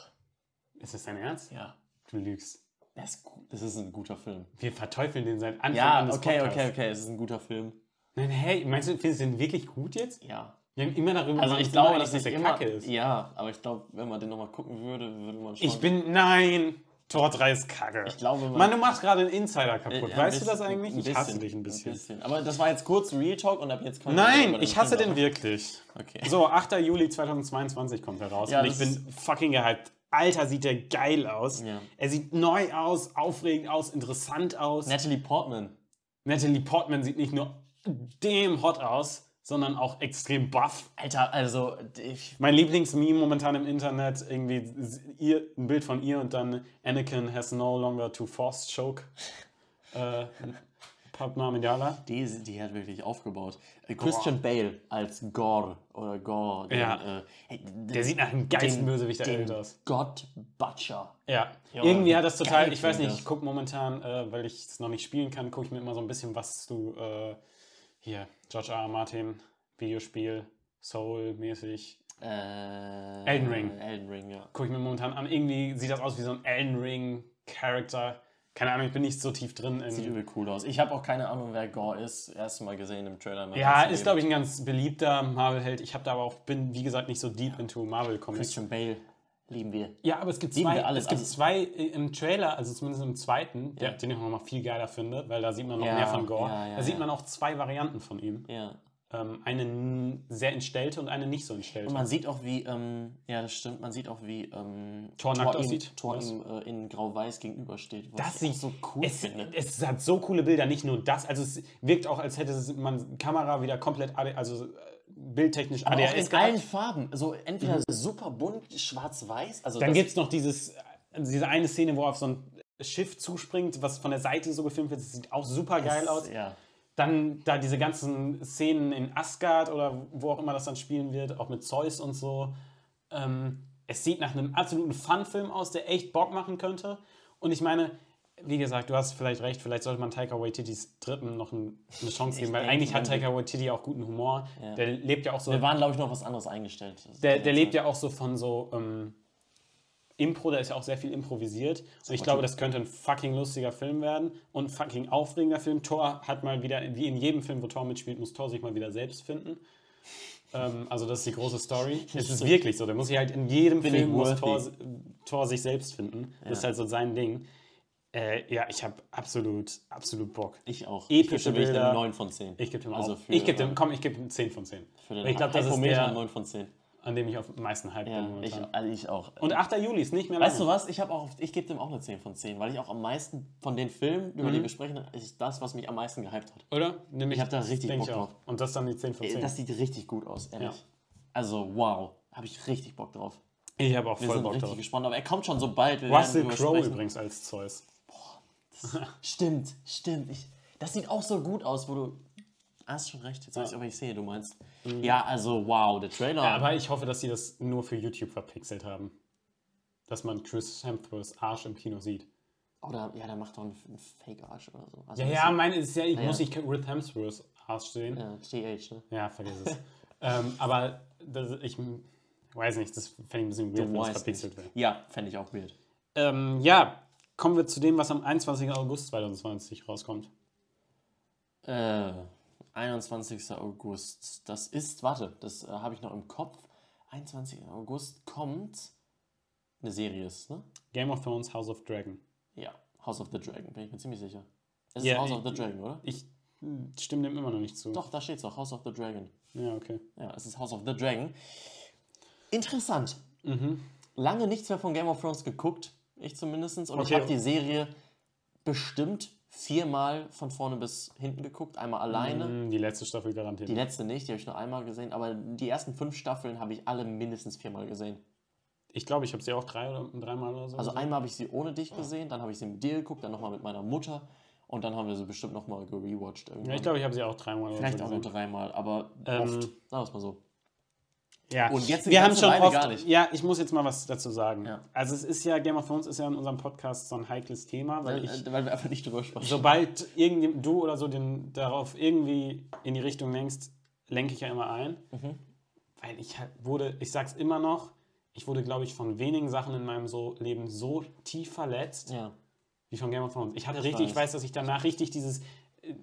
Ist das dein Ernst? ja. Du lügst. Das ist, gut. das ist ein guter Film. Wir verteufeln den seit Anfang an Ja, des okay, Podcasts. okay, okay. Es ist ein guter Film. Nein, hey, meinst du, findest du den wirklich gut jetzt? Ja. Wir haben immer darüber Also wir ich haben glaube, immer dass eigentlich, es immer, der Kacke ist. Ja, aber ich glaube, wenn man den nochmal gucken würde, würde man schon. Ich bin, nein, Tor 3 ist Kacke. Ich glaube, man- Mann, du machst gerade einen Insider Äh, kaputt. ein weißt du bisschen- das eigentlich? Ich hasse dich ein bisschen. Aber das war jetzt kurz Real Talk und ab jetzt kann Nein, ich hasse den wirklich. Okay. So, 8. Juli 2022 kommt er raus Ja, und ich das bin fucking gehypt. Alter, sieht der geil aus. Ja. Er sieht neu aus, aufregend aus, interessant aus. Natalie Portman. Natalie Portman sieht nicht nur dem hot aus, sondern auch extrem buff. Alter, also ich, Mein Lieblingsmeme momentan im Internet, irgendwie s- ihr, ein Bild von ihr und dann Anakin has no longer to force choke. äh, Padma Amidala. die, die hat wirklich aufgebaut. Äh, Christian Bale als Gore oder Gore. Den, Ja. äh, hey, Der sieht nach dem geilsten Bösewicht der Welt aus. God Butcher. Ja, Ja, irgendwie wie hat das total, geil ich weiß klingt nicht, das? ich gucke momentan, äh, weil ich es noch nicht spielen kann, gucke ich mir immer so ein bisschen was zu, äh, hier, George R. R. Martin, Videospiel, Soul-mäßig, Äh, Elden Ring. Elden Ring, ja. gucke ich mir momentan an. Irgendwie sieht das aus wie so ein Elden Ring-Charakter. Keine Ahnung, ich bin nicht so tief drin. Sieht In, übel cool aus. Ich habe auch keine Ahnung, wer Gore ist. Erst mal gesehen im Trailer. ja, ist, glaube ich, ein ganz beliebter Marvel-Held. Ich habe da aber auch, bin, wie gesagt, nicht so deep into Marvel-Comics. Christian Bale lieben wir. Ja, aber es gibt Lieben zwei, wir alles, es gibt also- zwei äh, im Trailer, also zumindest im zweiten, der, den ich auch noch mal viel geiler finde, weil da sieht man noch Ja, mehr von Gore. ja, ja, da sieht ja. man auch zwei Varianten von ihm. Ja. Ähm, eine n- sehr entstellte und eine nicht so entstellte. Und man sieht auch, wie, ähm, ja, das stimmt, man sieht auch, wie ähm, Thor nackt ihm, aussieht. Thor Was? ihm äh, in Grau-Weiß gegenübersteht. was Das ich auch sieht so cool es, finde. es hat so coole Bilder, nicht nur das. Also es wirkt auch, als hätte es- man Kamera wieder komplett, AD, also äh, bildtechnisch Aber auch ADHS in gehabt. allen Farben. So entweder super bunt, schwarz-weiß. Also Mhm. Dann das- gibt es noch dieses, äh, diese eine Szene, wo er auf so ein Schiff zuspringt, was von der Seite so gefilmt wird. Das sieht auch super geil aus. Ja. Dann da diese ganzen Szenen in Asgard oder wo auch immer das dann spielen wird, auch mit Zeus und so. Ähm, es sieht nach einem absoluten Fun-Film aus, der echt Bock machen könnte. Und ich meine, wie gesagt, du hast vielleicht recht, vielleicht sollte man Taika Waititis Dritten noch ein, eine Chance geben, weil denke, eigentlich hat man- Taika Waititi auch guten Humor. Der lebt ja auch so Wir waren, glaube ich, noch was anderes eingestellt. der, der lebt ja auch so von so ähm, Impro, da ist ja auch sehr viel improvisiert. Und ich glaube, das könnte ein fucking lustiger Film werden und ein fucking aufregender Film. Thor hat mal wieder, wie in jedem Film, wo Thor mitspielt, muss Thor sich mal wieder selbst finden. Ähm, also das ist die große Story. Es ist wirklich so. Der muss sich halt in jedem ich Film worthy. muss Thor, Thor sich selbst finden. Das ist halt so sein Ding. Äh, ja, ich habe absolut, absolut Bock. Ich auch. Epische ich gebe dem- ich Bilder. dem 9 von 10. Ich gebe dem Also auch. für- ich gebe dem, komm, ich gebe dem 10 von 10. Für den ich glaube, das ist Hypometer der, 9 von 10. an dem ich auf am meisten Hype bin Ja, ich, momentan. also ich auch. Und 8. Juli ist nicht mehr lange. Weißt du was? Ich habe auch, ich gebe dem auch eine 10 von 10, weil ich auch am meisten von den Filmen, über Mhm. die wir sprechen, ist das, was mich am meisten gehypt hat. Oder? Nämlich, Ich hab da richtig denk Bock ich auch. Und das dann die 10 von Ey, 10. Das sieht richtig gut aus, ehrlich. Ja. Also wow, habe ich richtig Bock drauf. ich habe auch Wir voll sind Bock richtig drauf. gespannt, aber er kommt schon so bald. Wir werden Russell drüber Crowe sprechen. übrigens als Zeus. Stimmt, stimmt. Ich, das sieht auch so gut aus, wo du. Ah, hast schon recht. Jetzt weiß ich, aber ich sehe, du meinst. Ja, also wow, der Trailer. Mhm. Ja, aber ich hoffe, dass sie das nur für YouTube verpixelt haben. Dass man Chris Hemsworths Arsch im Kino sieht. oder ja, der macht doch einen, einen Fake-Arsch oder so. Also Ja, das ja, meine ist Ah, ja, ich muss ja. nicht Chris Hemsworths Arsch sehen. Ja, ist- Ja, TH, ne? vergiss es. ähm, aber das, ich weiß nicht, das fände ich ein bisschen weird, wenn das Weiß verpixelt nicht. wäre. Ja, fände ich auch weird. Ähm, ja, kommen wir zu dem, was am 21. August 2020 rauskommt. Äh, 21. August. Das ist, warte, das äh, habe ich noch im Kopf. 21. August kommt eine Serie, ist, ne? Game of Thrones House of Dragon. Ja, House of the Dragon, bin ich mir ziemlich sicher. Es Ja, äh, ist House ich- of the Dragon, oder? Ich hm, stimme dem immer noch nicht zu. Doch, da steht's auch, House of the Dragon. Ja, okay. Ja, es ist House of the Dragon. Interessant. Mhm. Lange nichts mehr von Game of Thrones geguckt, ich zumindest. Und ich Okay. habe die Serie bestimmt viermal von vorne bis hinten geguckt. Einmal alleine, Hm, Die letzte Staffel garantiert. Die letzte nicht, die habe ich nur einmal gesehen, aber die ersten fünf Staffeln habe ich alle mindestens viermal gesehen. Ich glaube, ich habe sie auch drei oder dreimal oder so. Also einmal habe ich sie ohne dich gesehen, dann habe ich sie mit dir geguckt, dann nochmal mit meiner Mutter und dann haben wir sie bestimmt nochmal gerewatcht irgendwann. ja, ich glaube, ich habe sie auch dreimal Vielleicht oder auch so. nur gesehen. dreimal, aber Ähm, oft. Sagen wir es mal so. Ja. Und jetzt eine wir haben ganze schon Weile oft, gar nicht. Ja, ich muss jetzt mal was dazu sagen. Ja. Also es ist ja, Game of Thrones ist ja in unserem Podcast so ein heikles Thema, weil Weil, ich, äh, weil wir einfach nicht drüber sprechen. sobald irgendjemand, du oder so den, darauf irgendwie in die Richtung lenkst, lenke ich ja immer ein. Mhm. Weil ich halt wurde, ich sag's immer noch, ich wurde, glaube ich, von wenigen Sachen in meinem so Leben so tief verletzt, ja. wie von Game of Thrones. Ich hatte Ich richtig, ich weiß. weiß, dass ich danach richtig dieses, äh,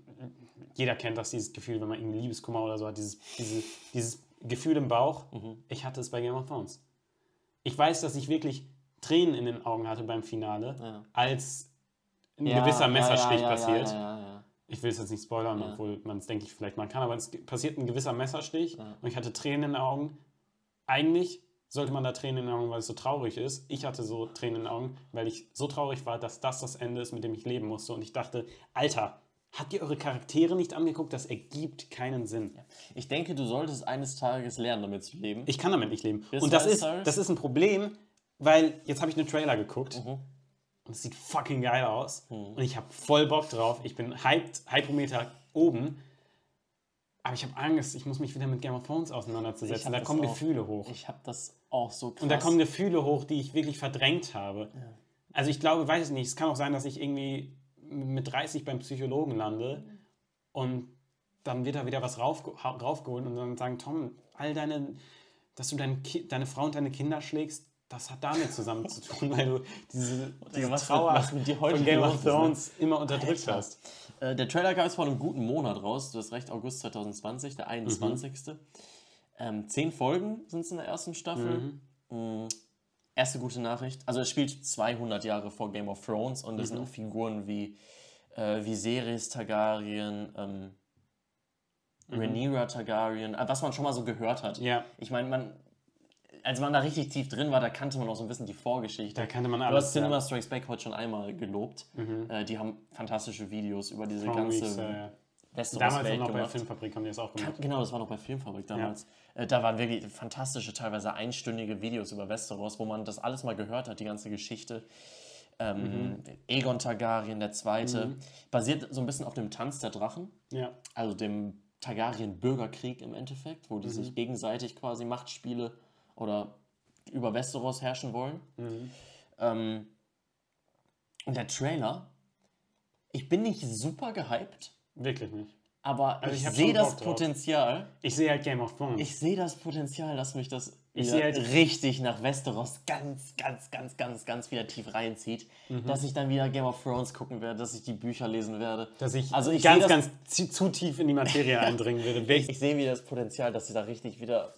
jeder kennt das, dieses Gefühl, wenn man irgendwie Liebeskummer oder so hat, dieses, diese, dieses Gefühl im Bauch. Mhm. Ich hatte es bei Game of Thrones. Ich weiß, dass ich wirklich Tränen in den Augen hatte beim Finale, Ja. als ein ja, gewisser ja, Messerstich ja, ja, passiert. Ja, ja, ja, Ich will es jetzt nicht spoilern, Ja. obwohl man es, denke ich, vielleicht machen kann, aber es passiert ein gewisser Messerstich Ja. und ich hatte Tränen in den Augen. Eigentlich sollte man da Tränen in den Augen, weil es so traurig ist. Ich hatte so Tränen in den Augen, weil ich so traurig war, dass das das Ende ist, mit dem ich leben musste. Und ich dachte, Alter, habt ihr eure Charaktere nicht angeguckt? Das ergibt keinen Sinn. ja. Ich denke, du solltest eines Tages lernen, damit zu leben. Ich kann damit nicht leben. Bis und das Five ist, Stars? das ist ein Problem, weil jetzt habe ich einen Trailer geguckt Mhm. und es sieht fucking geil aus. Und ich habe voll Bock drauf. Ich bin hyped, Hypometer oben. Aber ich habe Angst, ich muss mich wieder mit Game of Thrones Ich auseinanderzusetzen. hab Da das kommen auch. Gefühle hoch. ich habe das auch so krass. Und da kommen Gefühle hoch, die ich wirklich verdrängt habe. Also ich glaube, weiß ich nicht, es kann auch sein, dass ich irgendwie mit 30 beim Psychologen lande und dann wird da wieder was raufge ha- raufgeholt und dann sagen, Tom, all deine, dass du dein Ki deine Frau und deine Kinder schlägst, das hat damit zusammen zu tun, weil du diese, diese was mit- Trauer was mit dir heute von Game los of ist, ne? Thrones immer unterdrückt Alter. hast. Äh, der Trailer kam jetzt vor einem guten Monat raus. Du hast recht, August 2020, der 21. Ähm, zehn Folgen sind es in der ersten Staffel. Mm, Erste gute Nachricht. Also es spielt 200 Jahre vor Game of Thrones und es sind auch Figuren wie äh, Viserys Targaryen, ähm, Rhaenyra Targaryen, äh, was man schon mal so gehört hat. Ja, Ich meine, man, als man da richtig tief drin war, da kannte man auch so ein bisschen die Vorgeschichte. da kannte man Du hast alles. Mhm. ja. Cinema Strikes Back heute schon einmal gelobt. Äh, die haben fantastische Videos über diese Strong ganze Weeks, ja, ja. äh, Damals auch Westeros-Welt noch bei gemacht. Filmfabrik haben die das auch gemacht. Genau, das war noch bei Filmfabrik damals. Äh, da waren wirklich fantastische, teilweise einstündige Videos über Westeros, wo man das alles mal gehört hat, die ganze Geschichte. Mhm. Ähm, Egon Targaryen, der Zweite, basiert so ein bisschen auf dem Tanz der Drachen Ja. also dem Targaryen-Bürgerkrieg im Endeffekt, Mhm. wo die sich gegenseitig quasi Machtspiele oder über Westeros herrschen wollen. Mhm. Ähm, und der Trailer, ich bin nicht super gehypt, Wirklich nicht. aber Also ich, ich hab sehe schon das Bock drauf. Potenzial. Ich sehe halt Game of Thrones. Ich sehe das Potenzial, dass mich das sehe wieder halt- richtig nach Westeros ganz, ganz, ganz, ganz, ganz wieder tief reinzieht. Mhm. Dass ich dann wieder Game of Thrones gucken werde, dass ich die Bücher lesen werde. dass ich, also ich sehe ganz, das ganz zu, zu tief in die Materie eindringen würde. Wirklich. ich sehe wieder das Potenzial, dass sie da richtig wieder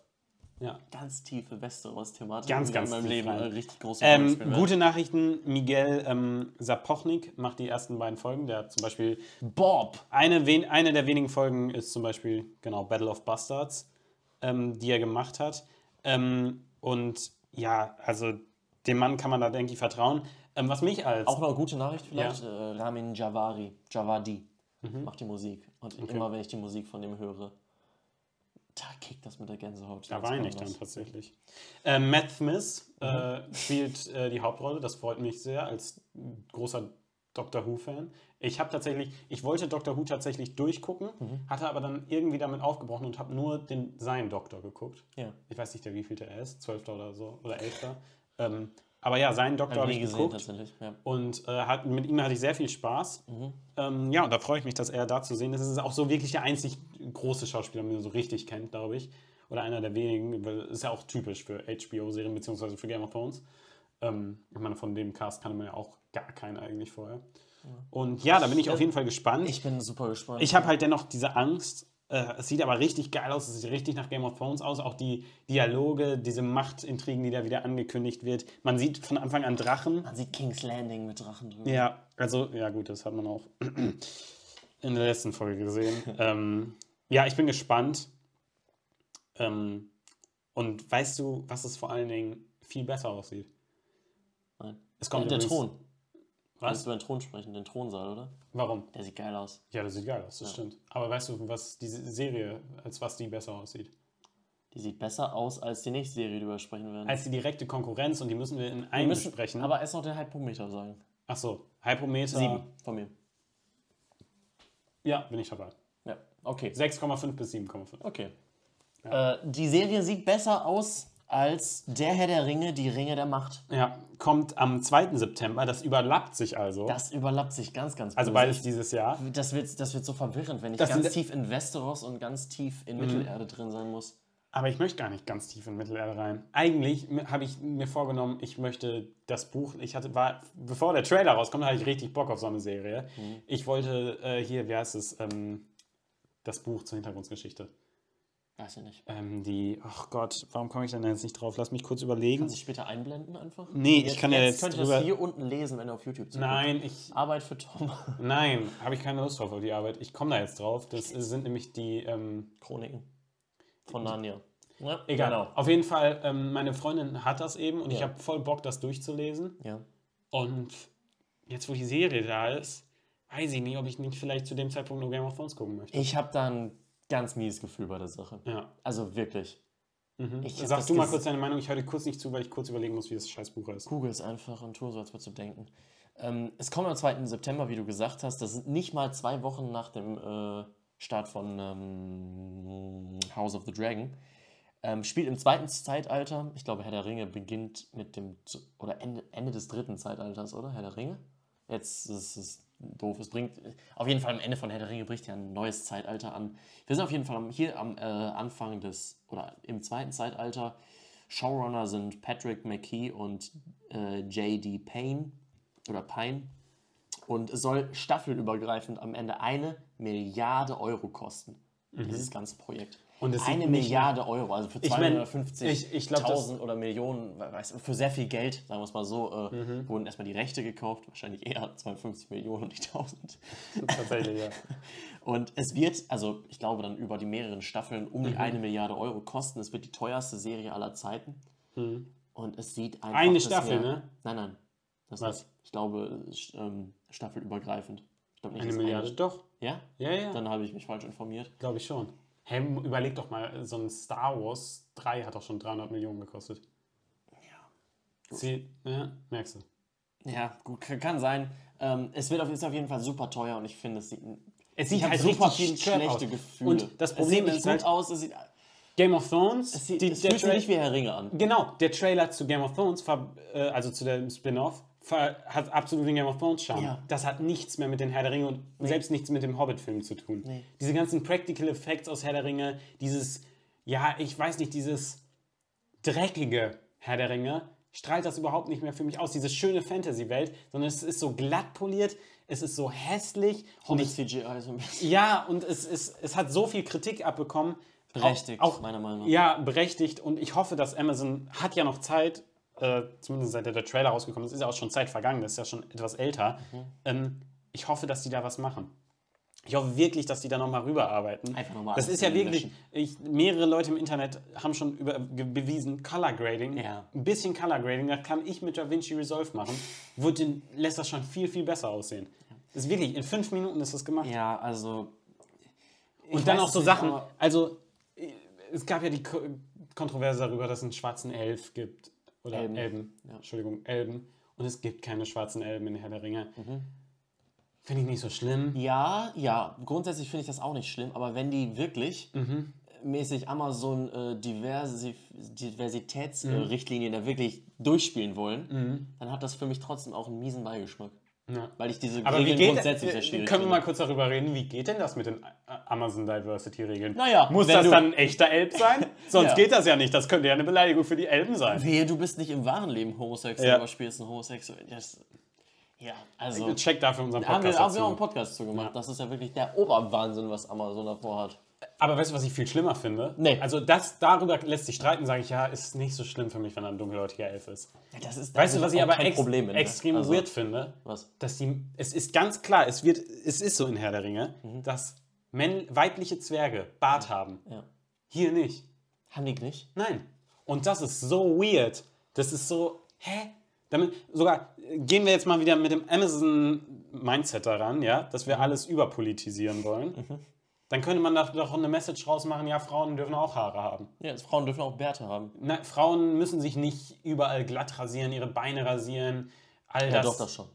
Ja. Ganz tiefe Westeros-Thematik. Ganz, die ganz in meinem tief Leben rein. eine richtig große Rolle Ähm, spielen wird. gute Nachrichten, Miguel ähm, Sapochnik macht die ersten beiden Folgen. Der hat zum Beispiel Bob. eine, wen eine der wenigen Folgen ist zum Beispiel, genau, Battle of Bastards, ähm, die er gemacht hat. Ähm, und ja, also dem Mann kann man da, denke ich, vertrauen. Ähm, was mich als. Auch noch eine gute Nachricht vielleicht. Äh, Ramin Javari, Javadi, Mhm. macht die Musik. Und immer wenn ich die Musik von dem höre, da kickt das mit der Gänsehaut. da Ganz weine ich anders. dann tatsächlich. Ähm, Matt Smith äh, spielt äh, die Hauptrolle, das freut mich sehr als großer Doctor Who-Fan. Ich habe tatsächlich, ich wollte Doctor Who tatsächlich durchgucken, hatte aber dann irgendwie damit aufgebrochen und habe nur den, seinen Doktor geguckt. Ja. Ich weiß nicht, der wievielte er ist, 12. oder so, oder 11. ähm, aber ja, seinen Doktor Hab habe ich ich nie gesehen geguckt. tatsächlich. Ja. Und äh, hat, mit ihm hatte ich sehr viel Spaß. Mhm. Ähm, ja, und da freue ich mich, dass er da zu sehen ist. Es ist auch so wirklich der einzig große Schauspieler, den man so richtig kennt, glaube ich. Oder einer der wenigen, weil ist ja auch typisch für HBO-Serien beziehungsweise für Game of Thrones. Ähm, ich meine, von dem Cast kannte man ja auch gar keinen eigentlich vorher. Und ja, da bin ich auf jeden Fall gespannt. Also Ich bin super gespannt. Ich habe halt dennoch diese Angst. Äh, es sieht aber richtig geil aus. Es sieht richtig nach Game of Thrones aus. Auch die Dialoge, diese Machtintrigen, die da wieder angekündigt wird. Man sieht von Anfang an Drachen. Man sieht King's Landing mit Drachen drüber. Ja, also, ja, gut, das hat man auch in der letzten Folge gesehen. ähm, ja, ich bin gespannt. Ähm, und weißt du, was es vor allen Dingen viel besser aussieht? Nein. Es kommt der übrigens- Thron. Was? Willst du über den Thron sprechen? Den Thronsaal, oder? Warum? Der sieht geil aus. Ja, das sieht geil aus, das stimmt. Aber weißt du, was diese Serie, als was die besser aussieht? Die sieht besser aus als die nächste Serie, die wir sprechen werden. Als die direkte Konkurrenz und die müssen wir in wir einem müssen besprechen. aber erst noch den Hypometer sagen. Achso, Hypometer. Sieben von mir. Ja, bin ich dabei. Ja, okay. 6,5 bis 7,5. Okay. Äh, die Serie sieht besser aus als Der Herr der Ringe, die Ringe der Macht. Ja, kommt am 2. September, das überlappt sich also. Das Mhm. überlappt sich ganz, ganz also böse. beides dieses Jahr. das wird, das wird so verwirrend, wenn ich Das ganz sind- Mhm. tief in Westeros und ganz tief in Mittelerde drin sein muss. Aber ich möchte gar nicht ganz tief in Mittelerde rein. Eigentlich m- habe ich mir vorgenommen, ich möchte das Buch, ich hatte, war, bevor der Trailer rauskommt, hatte ich richtig Bock auf so eine Serie. Mhm. Ich wollte äh, hier, wie heißt es, ähm, das Buch zur Hintergrundgeschichte. Weiß ich nicht. Ähm, die, ach Gott, warum komme ich denn da jetzt nicht drauf? Lass mich kurz überlegen. Kannst du später einblenden einfach? Nee, ich kann ja jetzt könnt ihr drüber- das hier unten lesen, wenn ihr auf YouTube zuguckt. Nein, ich, Arbeit für Tom. nein, habe ich keine Lust drauf auf die Arbeit. Ich komme da jetzt drauf. Das sind nämlich die, ähm, Chroniken von Narnia. Ja, egal. Genau. Auf jeden Fall, ähm, meine Freundin hat das eben und ich Ja. habe voll Bock, das durchzulesen. Ja. Und jetzt, wo die Serie da ist, weiß ich nicht, ob ich nicht vielleicht zu dem Zeitpunkt nur Game of Thrones gucken möchte. Ich habe da ein ganz mieses Gefühl bei der Sache. Ja. Also wirklich. Mhm. Ich hab das Sag du mal ges- kurz deine Meinung. Ich höre dir kurz nicht zu, weil ich kurz überlegen muss, wie das Scheißbuch ist. Google es einfach und tue so, als würdest du denken. Ähm, es kommt am 2. September, wie du gesagt hast. Das sind nicht mal zwei Wochen nach dem äh, Start von ähm, House of the Dragon. Ähm, spielt im zweiten Zeitalter. Ich glaube, Herr der Ringe beginnt mit dem. z- oder Ende, Ende des dritten Zeitalters, oder? Herr der Ringe? Jetzt ist es doof. Es bringt. Auf jeden Fall am Ende von Herr der Ringe bricht ja ein neues Zeitalter an. Wir sind auf jeden Fall am, hier am äh, Anfang des. oder im zweiten Zeitalter. Showrunner sind Patrick McKee und äh, J.D. Payne oder Pine. Und es soll staffelübergreifend am Ende eine Milliarde Euro kosten. Dieses ganze Projekt. Mhm. Und es sieht eine nicht nach- Milliarde Euro, also für Ich mein, 250.000 ich- ich glaub, das- oder Millionen, we- weiß, für sehr viel Geld, sagen wir es mal so, äh, Mhm. wurden erstmal die Rechte gekauft, wahrscheinlich eher 52 Millionen und nicht 1000. Tatsächlich, ja. Und es wird, also ich glaube dann über die mehreren Staffeln um Mhm. die eine Milliarde Euro kosten. Es wird die teuerste Serie aller Zeiten. Und es sieht einfach Mhm. Eine bisher- Staffel, ne? Nein, nein. Das Was? Was? Ist, ich glaube, sch- ähm, staffelübergreifend. Ich glaube nicht, Eine dass Milliarde. Doch. Ja? Ja, ja. Dann habe ich mich falsch informiert. Glaube ich schon. Hey, m- überleg doch mal, so ein Star Wars 3 hat doch schon 300 Millionen gekostet. Ja. Sie, ja, merkst du. Ja, gut, kann, kann sein. Ähm, es wird auf, ist auf jeden Fall super teuer und ich finde, es sieht. Es Ich sieht habe halt super richtig viele crap schlechte aus. Gefühle. Und das Problem es sieht ist nicht halt, gut aus, es sieht. Game of Thrones, Es, sieht, die- es der fühlt sich Tra- nicht wie Herr Ringe an. Genau, der Trailer zu Game of Thrones, ver- äh, also zu dem Spin-off, ver- hat absolut den Game of Thrones-Charme. Ja. Das hat nichts mehr mit den Herr der Ringe und selbst nichts mit dem Hobbit-Film zu tun. Nee. Diese ganzen Practical Effects aus Herr der Ringe, dieses, ja, ich weiß nicht, dieses dreckige Herr der Ringe, strahlt das überhaupt nicht mehr für mich aus, diese schöne Fantasy-Welt, sondern es ist so glatt poliert, es ist so hässlich und Und ich das CGI so also ein bisschen. ja, und es, es, es hat so viel Kritik abbekommen. Berechtigt, auch- meiner Meinung nach. Ja, berechtigt. Und ich hoffe, dass Amazon hat ja noch Zeit, äh, zumindest seit der, der Trailer rausgekommen ist, ist ja auch schon Zeit vergangen, das ist ja schon etwas älter. Mhm. Ähm, ich hoffe, dass die da was machen. Ich hoffe wirklich, dass die da nochmal rüberarbeiten. Einfach noch mal das alles ist ja wieder wirklich, löschen. ich, mehrere Leute im Internet haben schon über, ge, bewiesen, Color Grading, Ja. ein bisschen Color Grading, das kann ich mit DaVinci Resolve machen, wird den, lässt das schon viel, viel besser aussehen. Das ist wirklich, in fünf Minuten ist das gemacht. Ja, also. Und dann auch so Sachen, also äh, es gab ja die Ko Kontroverse darüber, dass es einen schwarzen Elf gibt. Oder Elben. Elben. Entschuldigung, Elben. Und es gibt keine schwarzen Elben in Herr der Ringe. Mhm. Finde ich nicht so schlimm. Ja, ja, grundsätzlich finde ich das auch nicht schlimm, aber wenn die wirklich Mhm. mäßig Amazon äh, Diversi Mhm. Diversitätsrichtlinien da wirklich durchspielen wollen, dann hat das für mich trotzdem auch einen miesen Beigeschmack. Ja. Weil ich diese Aber wie Regeln geht grundsätzlich sehr äh, schwierig also. Können wir mal finde. kurz darüber reden, wie geht denn das mit den A- A- Amazon Diversity Regeln? Naja, Muss wenn das du- dann ein echter Elb sein? Sonst Ja. geht das ja nicht. Das könnte ja eine Beleidigung für die Elben sein. Wehe, du bist nicht im wahren Leben homosexuell, Ja. aber spielst einen homosexuell. Das, ja, also. Check dafür unseren Haben wir, also Podcast. haben wir auch dazu. einen Podcast zu gemacht. Das ist ja wirklich der Oberwahnsinn, was Amazon davor hat. Aber weißt du, was ich viel schlimmer finde? Nee. Also das, darüber lässt sich streiten, sage ich, ja, ist nicht so schlimm für mich, wenn er ein dunkelhäutiger Elf ist. Das ist Weißt du, was ich aber kein ex Problem mit, ne? extrem Also, weird finde? Was? Dass die, es ist ganz klar, es, wird, es ist so in Herr der Ringe, dass männ, weibliche Zwerge Bart haben. Mhm. Ja. Hier nicht. Haben die nicht? Nein. Und das ist so weird. Das ist so, hä? Damit, sogar äh, gehen wir jetzt mal wieder mit dem Amazon-Mindset daran, ja, dass Mhm. wir alles überpolitisieren wollen. Dann könnte man doch doch eine Message rausmachen, ja, Frauen dürfen auch Haare haben. Ja, also Frauen dürfen auch Bärte haben. Na, Frauen müssen sich nicht überall glatt rasieren, ihre Beine rasieren, all Ja, das. Also, doch, das schon.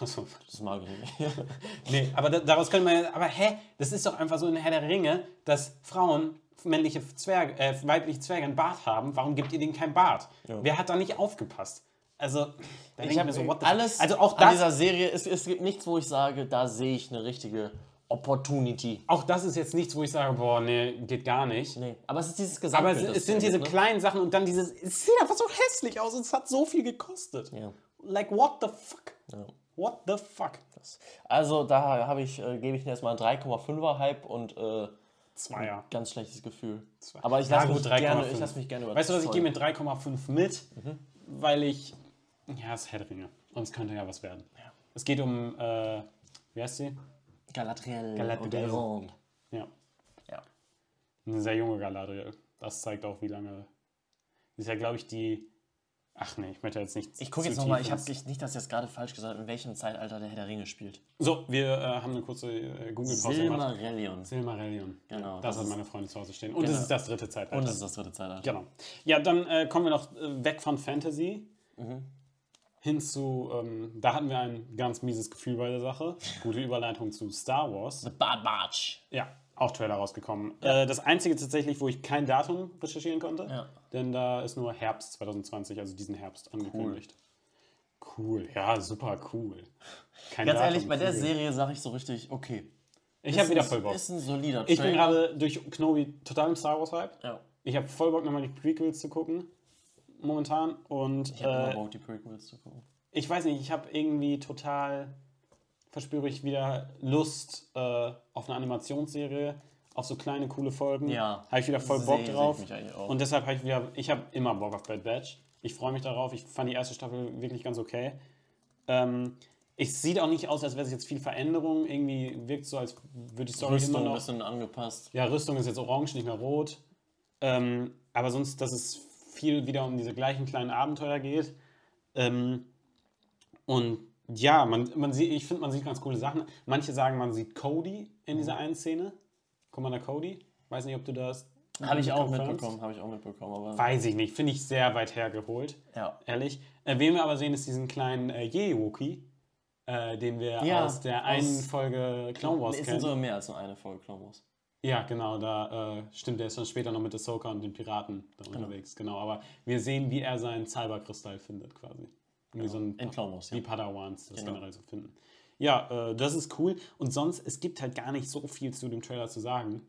Achso. Das mag ich nicht. Nee, aber da, daraus können wir. Aber hä? Das ist doch einfach so in Herr der Ringe, dass Frauen männliche Zwerge, äh, weibliche Zwerge einen Bart haben. Warum gibt ihr denen keinen Bart? Ja. Wer hat da nicht aufgepasst? Also, da denk ich habe mir so, what the alles Also auch an das, dieser Serie, es, es gibt nichts, wo ich sage, da sehe ich eine richtige Opportunity. auch das ist jetzt nichts, wo ich sage, boah, nee, geht gar nicht. Nee, aber es ist dieses Aber Gesamtbild. es, das es sind diese zählt, ne? kleinen Sachen und dann dieses, es sieht einfach so hässlich aus und es hat so viel gekostet. Ja. Like, what the fuck? What the fuck? Also da habe ich, äh, gebe ich mir erstmal einen 3,5er Hype und äh, Zweier. ganz schlechtes Gefühl. Aber ich Ja, lasse gut, mich, gerne- 3,5. ich lass mich gerne über Mhm. Weißt du was, ich gehe mit 3,5 mit, weil ich. Ja, es ist Herr der Ringe. Und es könnte ja was werden. Es geht um. Äh, wie heißt sie? Galadriel, und Galadriel. Elrond. Ja. Ja. Eine sehr junge Galadriel. Das zeigt auch, wie lange. Die ist ja, glaube ich, die. Ach nee, ich möchte jetzt nicht. Ich gucke zu jetzt nochmal, tief ich habe ins- nicht, dass ich das gerade falsch gesagt habe, in welchem Zeitalter der Herr der Ringe spielt. So, wir äh, haben eine kurze äh, Google-Pause gemacht. Silmarillion. Silmarillion. Genau, Das, das hat ist- meine Freunde zu Hause stehen. Und es Genau. ist das dritte Zeitalter. Und es ist das dritte Zeitalter. Genau. Ja, dann äh, kommen wir noch äh, weg von Fantasy Mhm. hin zu, ähm, da hatten wir ein ganz mieses Gefühl bei der Sache. Gute Überleitung zu Star Wars. The Bad Batch. Ja, auch Trailer rausgekommen. Äh, das einzige tatsächlich, wo ich kein Datum recherchieren konnte, Ja. denn da ist nur Herbst 2020, also diesen Herbst angekündigt. Cool, ja, super cool. Kein Ganz Datum, ehrlich, bei der cool. Serie sage ich so richtig, okay. Ich habe wieder voll Bock. Bock. Ist ein solider Ich bin Trailer. gerade durch Knobi total im Star Wars Hype. Ja, Ich habe voll Bock, nochmal die Prequels zu gucken. Momentan. Und ich habe äh, immer Bock, die Prequels zu gucken. ich weiß nicht, ich habe irgendwie total, verspüre ich wieder Lust äh, auf eine Animationsserie, auf so kleine, coole Folgen. Ja. Habe ich wieder voll Seh- Bock seh ich drauf. mich eigentlich auch. Und deshalb habe ich wieder, ich habe immer Bock auf Bad Batch. Ich freue mich darauf. Ich fand die erste Staffel wirklich ganz okay. Ähm, es sieht auch nicht aus, als wäre es jetzt viel Veränderung. Irgendwie wirkt es so, als würde die Story immer Rüstung ein noch. bisschen angepasst. Ja, Rüstung ist jetzt orange, nicht mehr rot. Ähm, aber sonst, dass es viel wieder um diese gleichen kleinen Abenteuer geht. Ähm, und ja, man, man sieht, ich finde, man sieht ganz coole Sachen. Manche sagen, man sieht Cody in Mhm. dieser einen Szene. Commander Cody. Weiß nicht, ob du das. Habe ich auch confirmst. mitbekommen, habe ich auch mitbekommen. Aber Weiß ich nicht. Finde ich sehr weit hergeholt, ja. ehrlich. Äh, wen wir aber sehen, ist diesen kleinen äh, Yeoki, äh, den wir Ja, aus der einen aus- Folge Clone Wars Es kennen. sind sogar mehr als nur eine Folge Clone Wars. Ja, genau, da äh, stimmt, er ist dann später noch mit Ahsoka und den Piraten da unterwegs, genau. Aber wir sehen, wie er seinen Cyberkristall findet, quasi. Wie so ein, In Clone Wars, Genau, ja. wie Padawans das Genau. generell so finden. Ja, äh, das ist cool. Und sonst, es gibt halt gar nicht so viel zu dem Trailer zu sagen.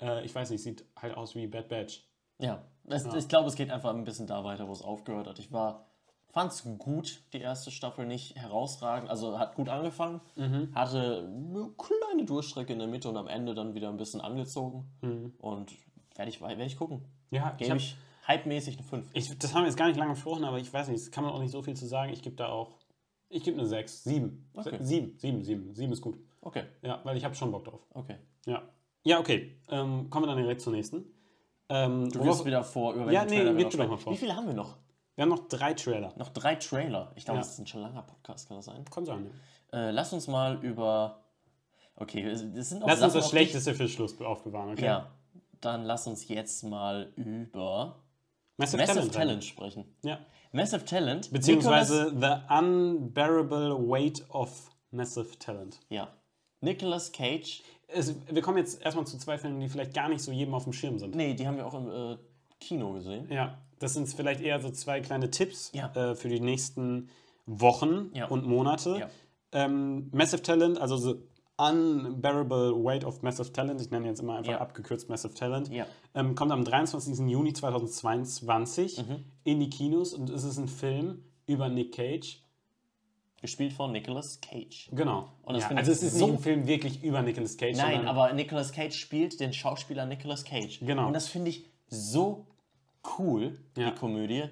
Äh, ich weiß nicht, sieht halt aus wie Bad Batch. Ja, es, ich glaube, es geht einfach ein bisschen da weiter, wo es aufgehört hat. Ich war, fand es gut, die erste Staffel nicht herausragend, also hat gut angefangen, Mhm. hatte eine kleine Durchstrecke in der Mitte und am Ende dann wieder ein bisschen angezogen und Werde ich, werde ich gucken. Ja, Mhm. ich Gebe hab, ich hypemäßig eine 5. ich, das haben wir jetzt gar nicht lange besprochen, aber ich weiß nicht, es kann man auch nicht so viel zu sagen. Ich gebe da auch, ich gebe eine 6, 7. Okay. 7, 7, 7, 7 ist gut. Okay, Ja, weil ich habe schon Bock drauf. okay. Ja, ja okay. Ähm, kommen wir dann direkt zur nächsten. Ähm, Du worauf- wirst wieder vor, über Ja, welchen nee, Trailer wir leg noch du doch sprechen. mal vor. Wie viele haben wir noch? wir haben noch drei Trailer. Noch drei Trailer. Ich glaube, Ja. das ist ein schon langer Podcast, kann das sein? Kann sein. ja. Äh, lass uns mal über. Okay, das sind auch Lass uns das auf die- Schlechteste für Schluss aufbewahren, okay? Ja, dann lass uns jetzt mal über Massive, Massive Talent. Talent, sprechen. Ja. Massive Talent. Beziehungsweise The Unbearable Weight of Massive Talent. Nicolas, ja. Nicolas Cage. Es, wir kommen jetzt erstmal zu zwei Filmen, die vielleicht gar nicht so jedem auf dem Schirm sind. Nee, die haben wir auch im äh, Kino gesehen. Ja, das sind vielleicht eher so zwei kleine Tipps Ja. äh, für die nächsten Wochen Ja. und Monate. Ja. Ähm, Massive Talent, also The Unbearable Weight of Massive Talent, ich nenne jetzt immer einfach Ja. abgekürzt Massive Talent, Ja. ähm, kommt am 23. Juni 2022 Mhm. in die Kinos und es ist ein Film über Nick Cage. Gespielt von Nicolas Cage. Genau. Und das ja, finde also ich es ist so- nicht ein Film wirklich über Nicolas Cage. Nein, sondern- aber Nicolas Cage spielt den Schauspieler Nicolas Cage. Genau. Und das finde ich so cool, Ja. Mhm. die Komödie.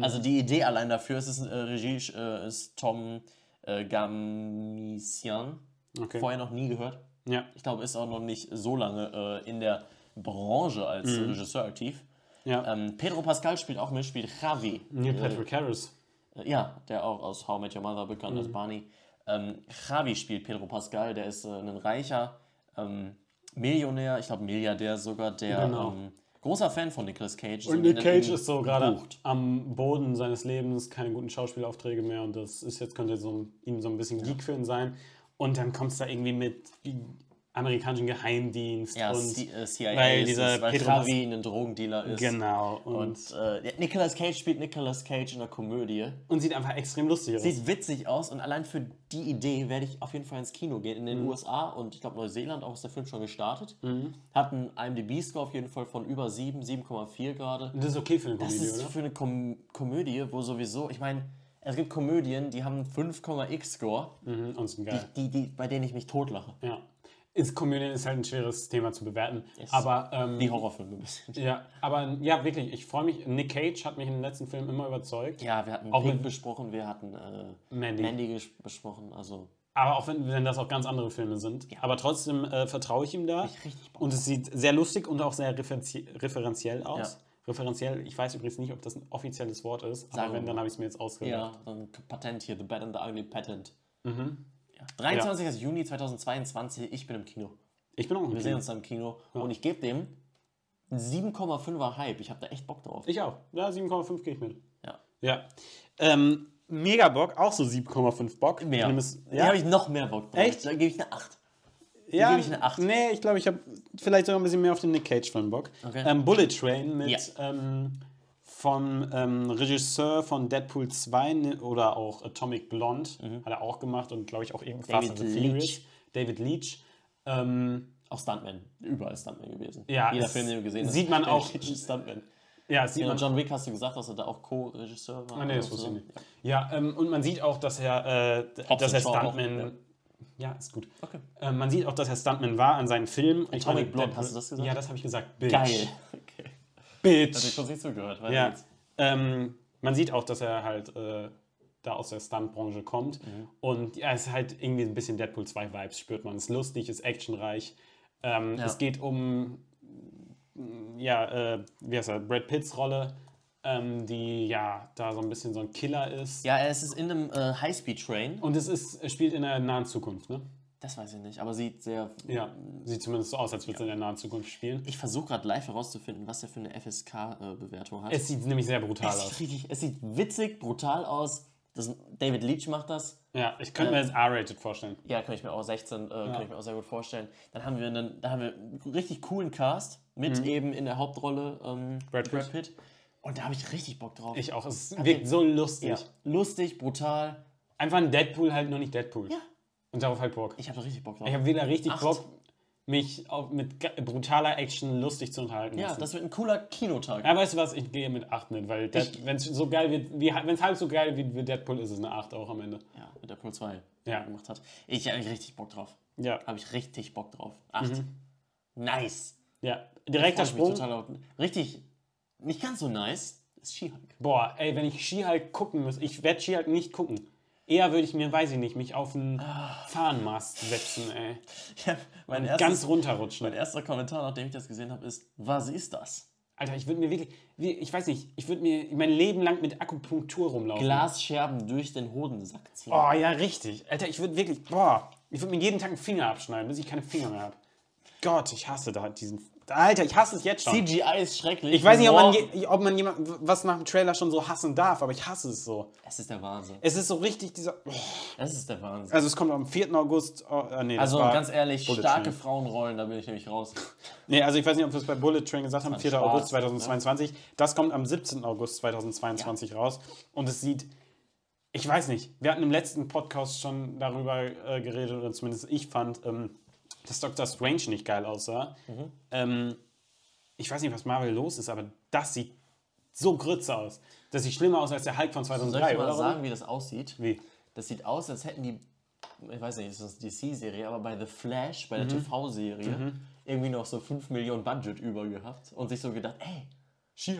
Also die Idee allein dafür ist, es, äh, Regie äh, ist Tom äh, Gamisian. Okay. Vorher noch nie gehört. Ja, Ich glaube, ist auch noch nicht so lange äh, in der Branche als Mhm. Regisseur aktiv. ja. Ähm, Pedro Pascal spielt auch mit, spielt Javi. Neil Patrick Harris. Äh, ja, der auch aus How I Met Your Mother bekannt Mhm. als Barney. Ähm, Javi spielt Pedro Pascal, der ist äh, ein reicher ähm, Millionär, ich glaube Milliardär sogar, der Genau. ähm, großer Fan von Nicolas Cage Und und Nick der Cage ihn ist so gerade bucht. am Boden seines Lebens, keine guten Schauspielaufträge mehr und das ist jetzt, könnte so, ein- ihm so ein bisschen Geek für ihn sein. Und dann kommt es da irgendwie mit amerikanischen Geheimdienst Ja, und C äh, CIA weil ist dieser es, weil Pedro Pas- Javi ein Drogendealer ist. genau und, und, Und äh, ja, Nicolas Cage spielt Nicolas Cage in einer Komödie. sieht einfach extrem lustig aus. Sieht witzig aus und allein für die Idee werde ich auf jeden Fall ins Kino gehen. In Mhm. den USA und ich glaube Neuseeland auch ist der Film schon gestartet. Hat einen IMDb-Score auf jeden Fall von über 7, 7,4 gerade. Und das ist okay für eine Das Komödie, ist oder? für eine Kom Komödie, wo sowieso, ich meine, es gibt Komödien, die haben einen 5,x-Score, Mhm, und sind geil. die, die, bei denen ich mich totlache. Ja. Ist, Komödie ist halt ein schweres Thema zu bewerten. Aber ähm, Wie Horrorfilme ein bisschen. Ja, aber ja, wirklich, ich freue mich. Nick Cage hat mich in den letzten Filmen immer überzeugt. Ja, wir hatten Auch Pink mit- besprochen, wir hatten äh, Mandy. Mandy ges- besprochen, also Aber auch wenn, wenn das auch ganz andere Filme sind. Aber trotzdem äh, vertraue ich ihm da. richtig Bock. und es sieht sehr lustig und auch sehr referenzi referenziell aus. Ja. Referenziell, ich weiß übrigens nicht, ob das ein offizielles Wort ist, aber Sagen wir wenn, dann habe ich es mir jetzt ausgedacht. Ja, dann Patent hier, The Bad and the Ugly Patent. Mhm. Ja. 23. Juni 2022, ich bin im Kino. Ich bin auch ein Wir sehen Kind. uns da im Kino und ich gebe dem einen 7,5er Hype. Ich habe da echt Bock drauf. Ich auch. Ja, 7,5 gehe ich mit. Ja. Ja. Ähm, Mega Bock, auch so 7,5 Bock. Mehr. Nimm es- Da Ja, habe ich noch mehr Bock drauf. Echt? Da gebe ich eine 8. ja, gebe ich eine Acht. Nee, ich glaube, ich habe vielleicht sogar ein bisschen mehr auf den Nick Cage-Fan Bock. Okay. Ähm, Bullet Train mit Ja. ähm, vom ähm, Regisseur von Deadpool 2 ne- oder auch Atomic Blonde hat er auch gemacht und glaube ich auch irgendwie Mhm. David Furious. Leitch. David Leach. Ähm, Auch Stuntman. Überall Stuntman gewesen. Ja, Jeder es Film, den du gesehen hast. sieht man der auch- ist Stuntman. ja, sieht Genau, man. John Wick hast du gesagt, dass er da auch Co-Regisseur war. Ah, nee, das oder wusste ich so. nicht. Ja, ähm, und man sieht auch, dass er, äh, d- Hobbs dass er und Shaw auch, Stuntman. ja. ja. ist gut. Okay. Ähm, man sieht auch, dass er Stuntman war an seinen Filmen. Ich Atomic meine, Blonde, Deadpool- hast du das gesagt? Ja, das habe ich gesagt. Bitch. Geil. Okay. Hab ich Bitch. kurz nicht zugehört. Weiter Ja. geht's. Ähm, man sieht auch, dass er halt äh, da aus der Stuntbranche kommt. Mhm. Und ja, es ist halt irgendwie ein bisschen Deadpool 2 Vibes, spürt man. Es ist lustig, ist actionreich. Ähm, Ja. Es geht um, ja, äh, wie heißt er, Brad Pitts Rolle, ähm, die ja da so ein bisschen so ein Killer ist. Ja, es ist in einem äh, High-Speed-Train. Und es ist, es spielt in der nahen Zukunft, ne? Das weiß ich nicht, aber sieht sehr Ja. Sieht zumindest so aus, als würde es in der nahen Zukunft spielen. Ich versuche gerade live herauszufinden, was er für eine FSK-Bewertung äh, hat. Es sieht nämlich sehr brutal Es aus. sieht, richtig, es sieht witzig, brutal aus. Das, David Leach macht das. Ja, ich könnte mir jetzt R-rated vorstellen. Ja, kann ich mir auch 16, äh, kann ich mir auch sehr gut vorstellen. Dann haben wir einen, da haben wir einen richtig coolen Cast mit eben in der Hauptrolle ähm, Mhm. Brad Brad, Pitt. Pitt. Und da habe ich richtig Bock drauf. Ich auch. Es wirkt so lustig. Also ja. Lustig, brutal. Einfach ein Deadpool, halt nur nicht Deadpool. Ja. Und darauf halt Bock. Ich habe da richtig Bock drauf. Ich habe wieder richtig Acht. Bock, mich auf, mit ge- brutaler Action lustig zu unterhalten. ja, lassen. das wird ein cooler Kinotag. ja, weißt du was? Ich gehe mit 8 mit, weil Ich- wenn es so geil wird, wie, wenn es halb so geil wird wie Deadpool, ist es eine 8 auch am Ende. Ja, mit der Pool 2 Ja. gemacht hat. Ich habe richtig Bock drauf. Ja. Habe ich richtig Bock drauf. Acht. Nice. Ja, direkter Da freue ich mich Mhm. Sprung. Total auf, richtig, nicht ganz so nice ist She-Hulk. Boah, ey, wenn ich Skihulk gucken müsste, ich werde Skihulk nicht gucken. Eher würde ich mir, weiß ich nicht, mich auf einen Ah. Fahnenmast setzen, ey. Ja, mein, erstes, Ganz runterrutschen. mein erster Kommentar, nachdem ich das gesehen habe, ist, was ist das? Alter, ich würde mir wirklich, wie, ich weiß nicht, ich würde mir mein Leben lang mit Akupunktur rumlaufen. Glasscherben durch den Hodensack ziehen. Oh ja, richtig. Alter, ich würde wirklich, boah, ich würde mir jeden Tag einen Finger abschneiden, bis ich keine Finger mehr habe. Gott, ich hasse da diesen. Alter, ich hasse es jetzt schon. CGI ist schrecklich. Ich weiß nicht, ob man, Boah. je, ob man jemand was nach dem Trailer schon so hassen darf, aber ich hasse es so. Es ist der Wahnsinn. Es ist so richtig dieser. oh. Es ist der Wahnsinn. Also es kommt am 4. August. Oh, äh, nee, das Also war ganz ehrlich, Bullet starke Train. Frauenrollen, da bin ich nämlich raus. Nee, also ich weiß nicht, ob wir es bei Bullet Train gesagt haben, 4. Spaß, August 2022. Das kommt am 17. August 2022 raus. Und es sieht, ich weiß nicht, wir hatten im letzten Podcast schon darüber äh, geredet, oder zumindest ich fand, ähm, dass Doctor Strange nicht geil aussah. Mhm. Ähm, ich weiß nicht, was Marvel los ist, aber das sieht so grütze aus. Das sieht schlimmer aus als der Hulk von Soll ich 2003, dir mal oder? sagen, wie das aussieht? Wie? Das sieht aus, als hätten die, ich weiß nicht, ist das DC-Serie, aber bei The Flash, Mhm. bei der TV-Serie, irgendwie noch so 5 Millionen Budget über gehabt und sich so gedacht, ey,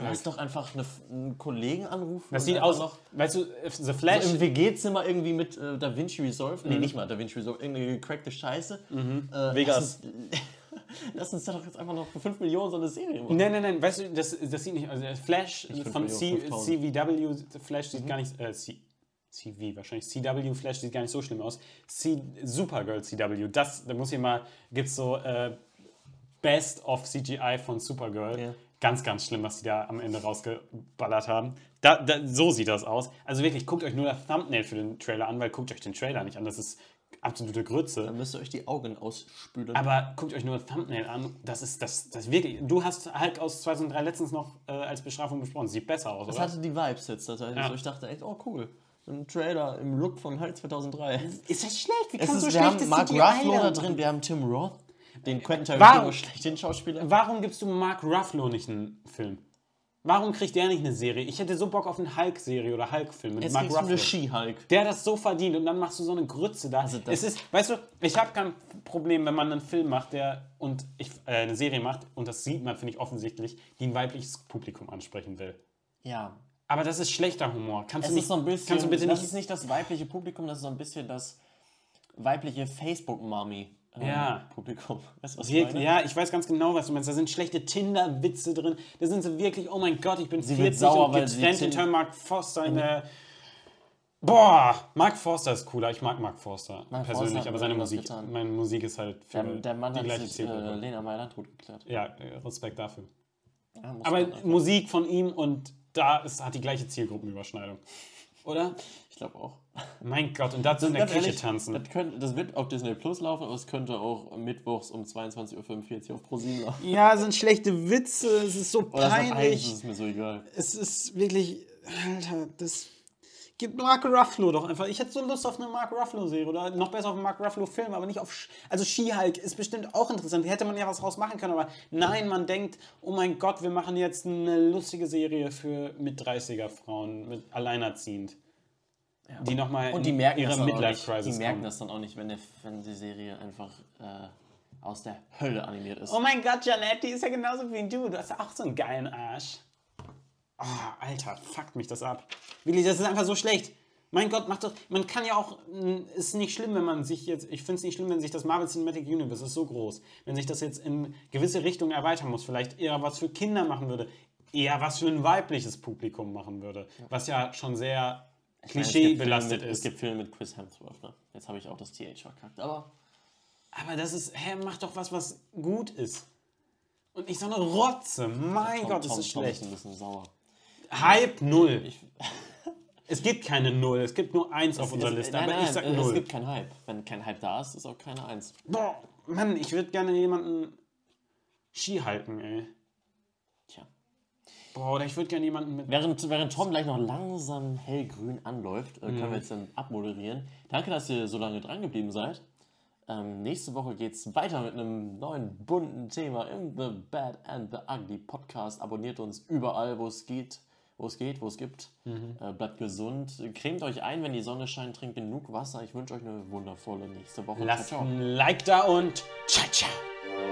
lass doch einfach eine, einen Kollegen anrufen. Das und sieht einfach aus, noch weißt du, äh, The Flash. im WG-Zimmer irgendwie mit äh, Da Vinci Resolve. Nee, nicht mal Da Vinci Resolve, irgendeine gecrackte Scheiße. Äh, Mhm. Vegas. Lass uns, lass uns da doch jetzt einfach noch für 5 Millionen so eine Serie machen. Nein, nein, nein, weißt du, das, das sieht nicht, also der Flash fünf von C, Millionen, 5000. CVW, Flash sieht gar nicht, äh, C, CV wahrscheinlich, CW Flash sieht gar nicht so schlimm aus. C, Supergirl CW, das, da muss ich mal, gibt's so äh, Best of CGI von Supergirl. Ja. Ganz, ganz schlimm, was die da am Ende rausgeballert haben. Da, da, so sieht das aus. Also wirklich, guckt euch nur das Thumbnail für den Trailer an, weil guckt euch den Trailer nicht an, das ist absolute Grütze. Dann müsst ihr euch die Augen ausspülen. Aber guckt euch nur das Thumbnail an. Das ist das, das wirklich. Du hast Hulk aus 2003 letztens noch äh, als Bestrafung besprochen. Sieht besser aus, Das oder? hatte die Vibes jetzt tatsächlich. Ja. So, ich dachte echt, oh cool. So ein Trailer im Look von Hulk 2003. ist das schlecht? Wie Es kann ist, so wir schlechtes haben Mark CGI Ruffalo da dann- drin, wir haben Tim Roth, den Quentin Warum? Tarantino schlecht den Schauspieler. Warum gibst du Mark Ruffalo nicht einen Film? Warum kriegt der nicht eine Serie? Ich hätte so Bock auf eine Hulk-Serie oder Hulk-Film mit Jetzt Mark kriegst du eine Ruffalo. She-Hulk. Der hat das so verdient und dann machst du so eine Grütze da. Also das- es ist, weißt du, ich habe kein Problem, wenn man einen Film macht, der und ich, äh, eine Serie macht und das sieht man finde ich offensichtlich, die ein weibliches Publikum ansprechen will. Ja. Aber das ist schlechter Humor. Kannst Es du nicht, ist so ein bisschen, kannst du bitte das nicht ist nicht das weibliche Publikum, das ist so ein bisschen das weibliche Facebook-Mami. ähm, Ja. Publikum. Weißt du, was ich Wirklich, meine? ja, ich weiß ganz genau, was du meinst. Da sind schlechte Tinder-Witze drin. Da sind sie wirklich, oh mein Gott, ich bin Sie 40 wird sauer, und weil sie Mhm. getrennt in Tin- Turn Mark Forster in der... Boah, Mark Forster ist cooler. Ich mag Mark Forster Mark Forster persönlich, hat aber mir seine was Musik, getan. meine Musik ist halt für Der, der Mann die hat gleiche sich äh, Zielgruppe. Lena Meyland totgeklärt. Ja, äh, Respekt dafür. Ja, muss Aber man einfach- Musik von ihm und da ist, hat die gleiche Zielgruppenüberschneidung. Oder? ich glaube auch. Mein Gott, und dazu in der Ganz Küche ehrlich, tanzen. Das, könnte, das wird auf Disney Plus laufen, aber es könnte auch mittwochs um 22.45 Uhr auf ProSieben laufen. Ja, sind schlechte Witze, es ist so Oder Sat.1, das ist mir so egal. es ist wirklich, Alter, das gibt Mark Ruffalo doch einfach. Ich hätte so Lust auf eine Mark Ruffalo-Serie oder noch besser auf einen Mark Ruffalo-Film, aber nicht auf. Sch also She-Hulk ist bestimmt auch interessant. Hätte man ja was draus machen können, aber nein, man denkt, oh mein Gott, wir machen jetzt eine lustige Serie für mit 30er Frauen, mit alleinerziehend. Die nochmal Und die merken, das, ihre dann auch nicht. Midlife-Crisis die merken kommen. das dann auch nicht, wenn, der, wenn die Serie einfach äh, aus der Hölle animiert ist. Oh mein Gott, Janette, die ist ja genauso wie du. Du hast ja auch so einen geilen Arsch. Oh, Alter, fuckt mich das ab. Willi, das ist einfach so schlecht. Mein Gott, macht doch. Man kann ja auch. mm, Ist nicht schlimm, wenn man sich jetzt. Ich finde es nicht schlimm, wenn sich das Marvel Cinematic Universe ist so groß. Wenn sich das jetzt in gewisse Richtungen erweitern muss, vielleicht eher was für Kinder machen würde. Eher was für ein weibliches Publikum machen würde. Was ja schon sehr Ich meine, es gibt Filme klischeebelastet mit, Es ist. gibt Filme mit Chris Hemsworth. Ne? Jetzt habe ich auch das TH verkackt. Aber Aber das ist. Hä, mach doch was, was gut ist. Und nicht so eine Rotze. Mein Gott, das ist Tom schlecht. ein bisschen sauer. Halb null. Ich- es gibt keine Null, es gibt nur eins auf unserer Es- Liste, nein, aber nein, ich sag es, null. Es gibt keinen Hype. Wenn kein Hype da ist, ist auch keine Eins. Boah, Mann, ich würde gerne jemanden Ski halten, ey. Tja. Boah, oder ich würde gerne jemanden mit. Während, während Tom gleich noch langsam hellgrün anläuft, äh, können wir jetzt dann abmoderieren. Danke, dass ihr so lange dran geblieben seid. Ähm, nächste Woche geht's weiter mit einem neuen bunten Thema im The Bad and the Ugly Podcast. Abonniert uns überall, wo es geht, wo es geht, wo es gibt. Äh, bleibt gesund. Cremt euch ein, wenn die Sonne scheint, trinkt genug Wasser. Ich wünsche euch eine wundervolle nächste Woche. Lasst ein Like da und ciao, ciao. ciao.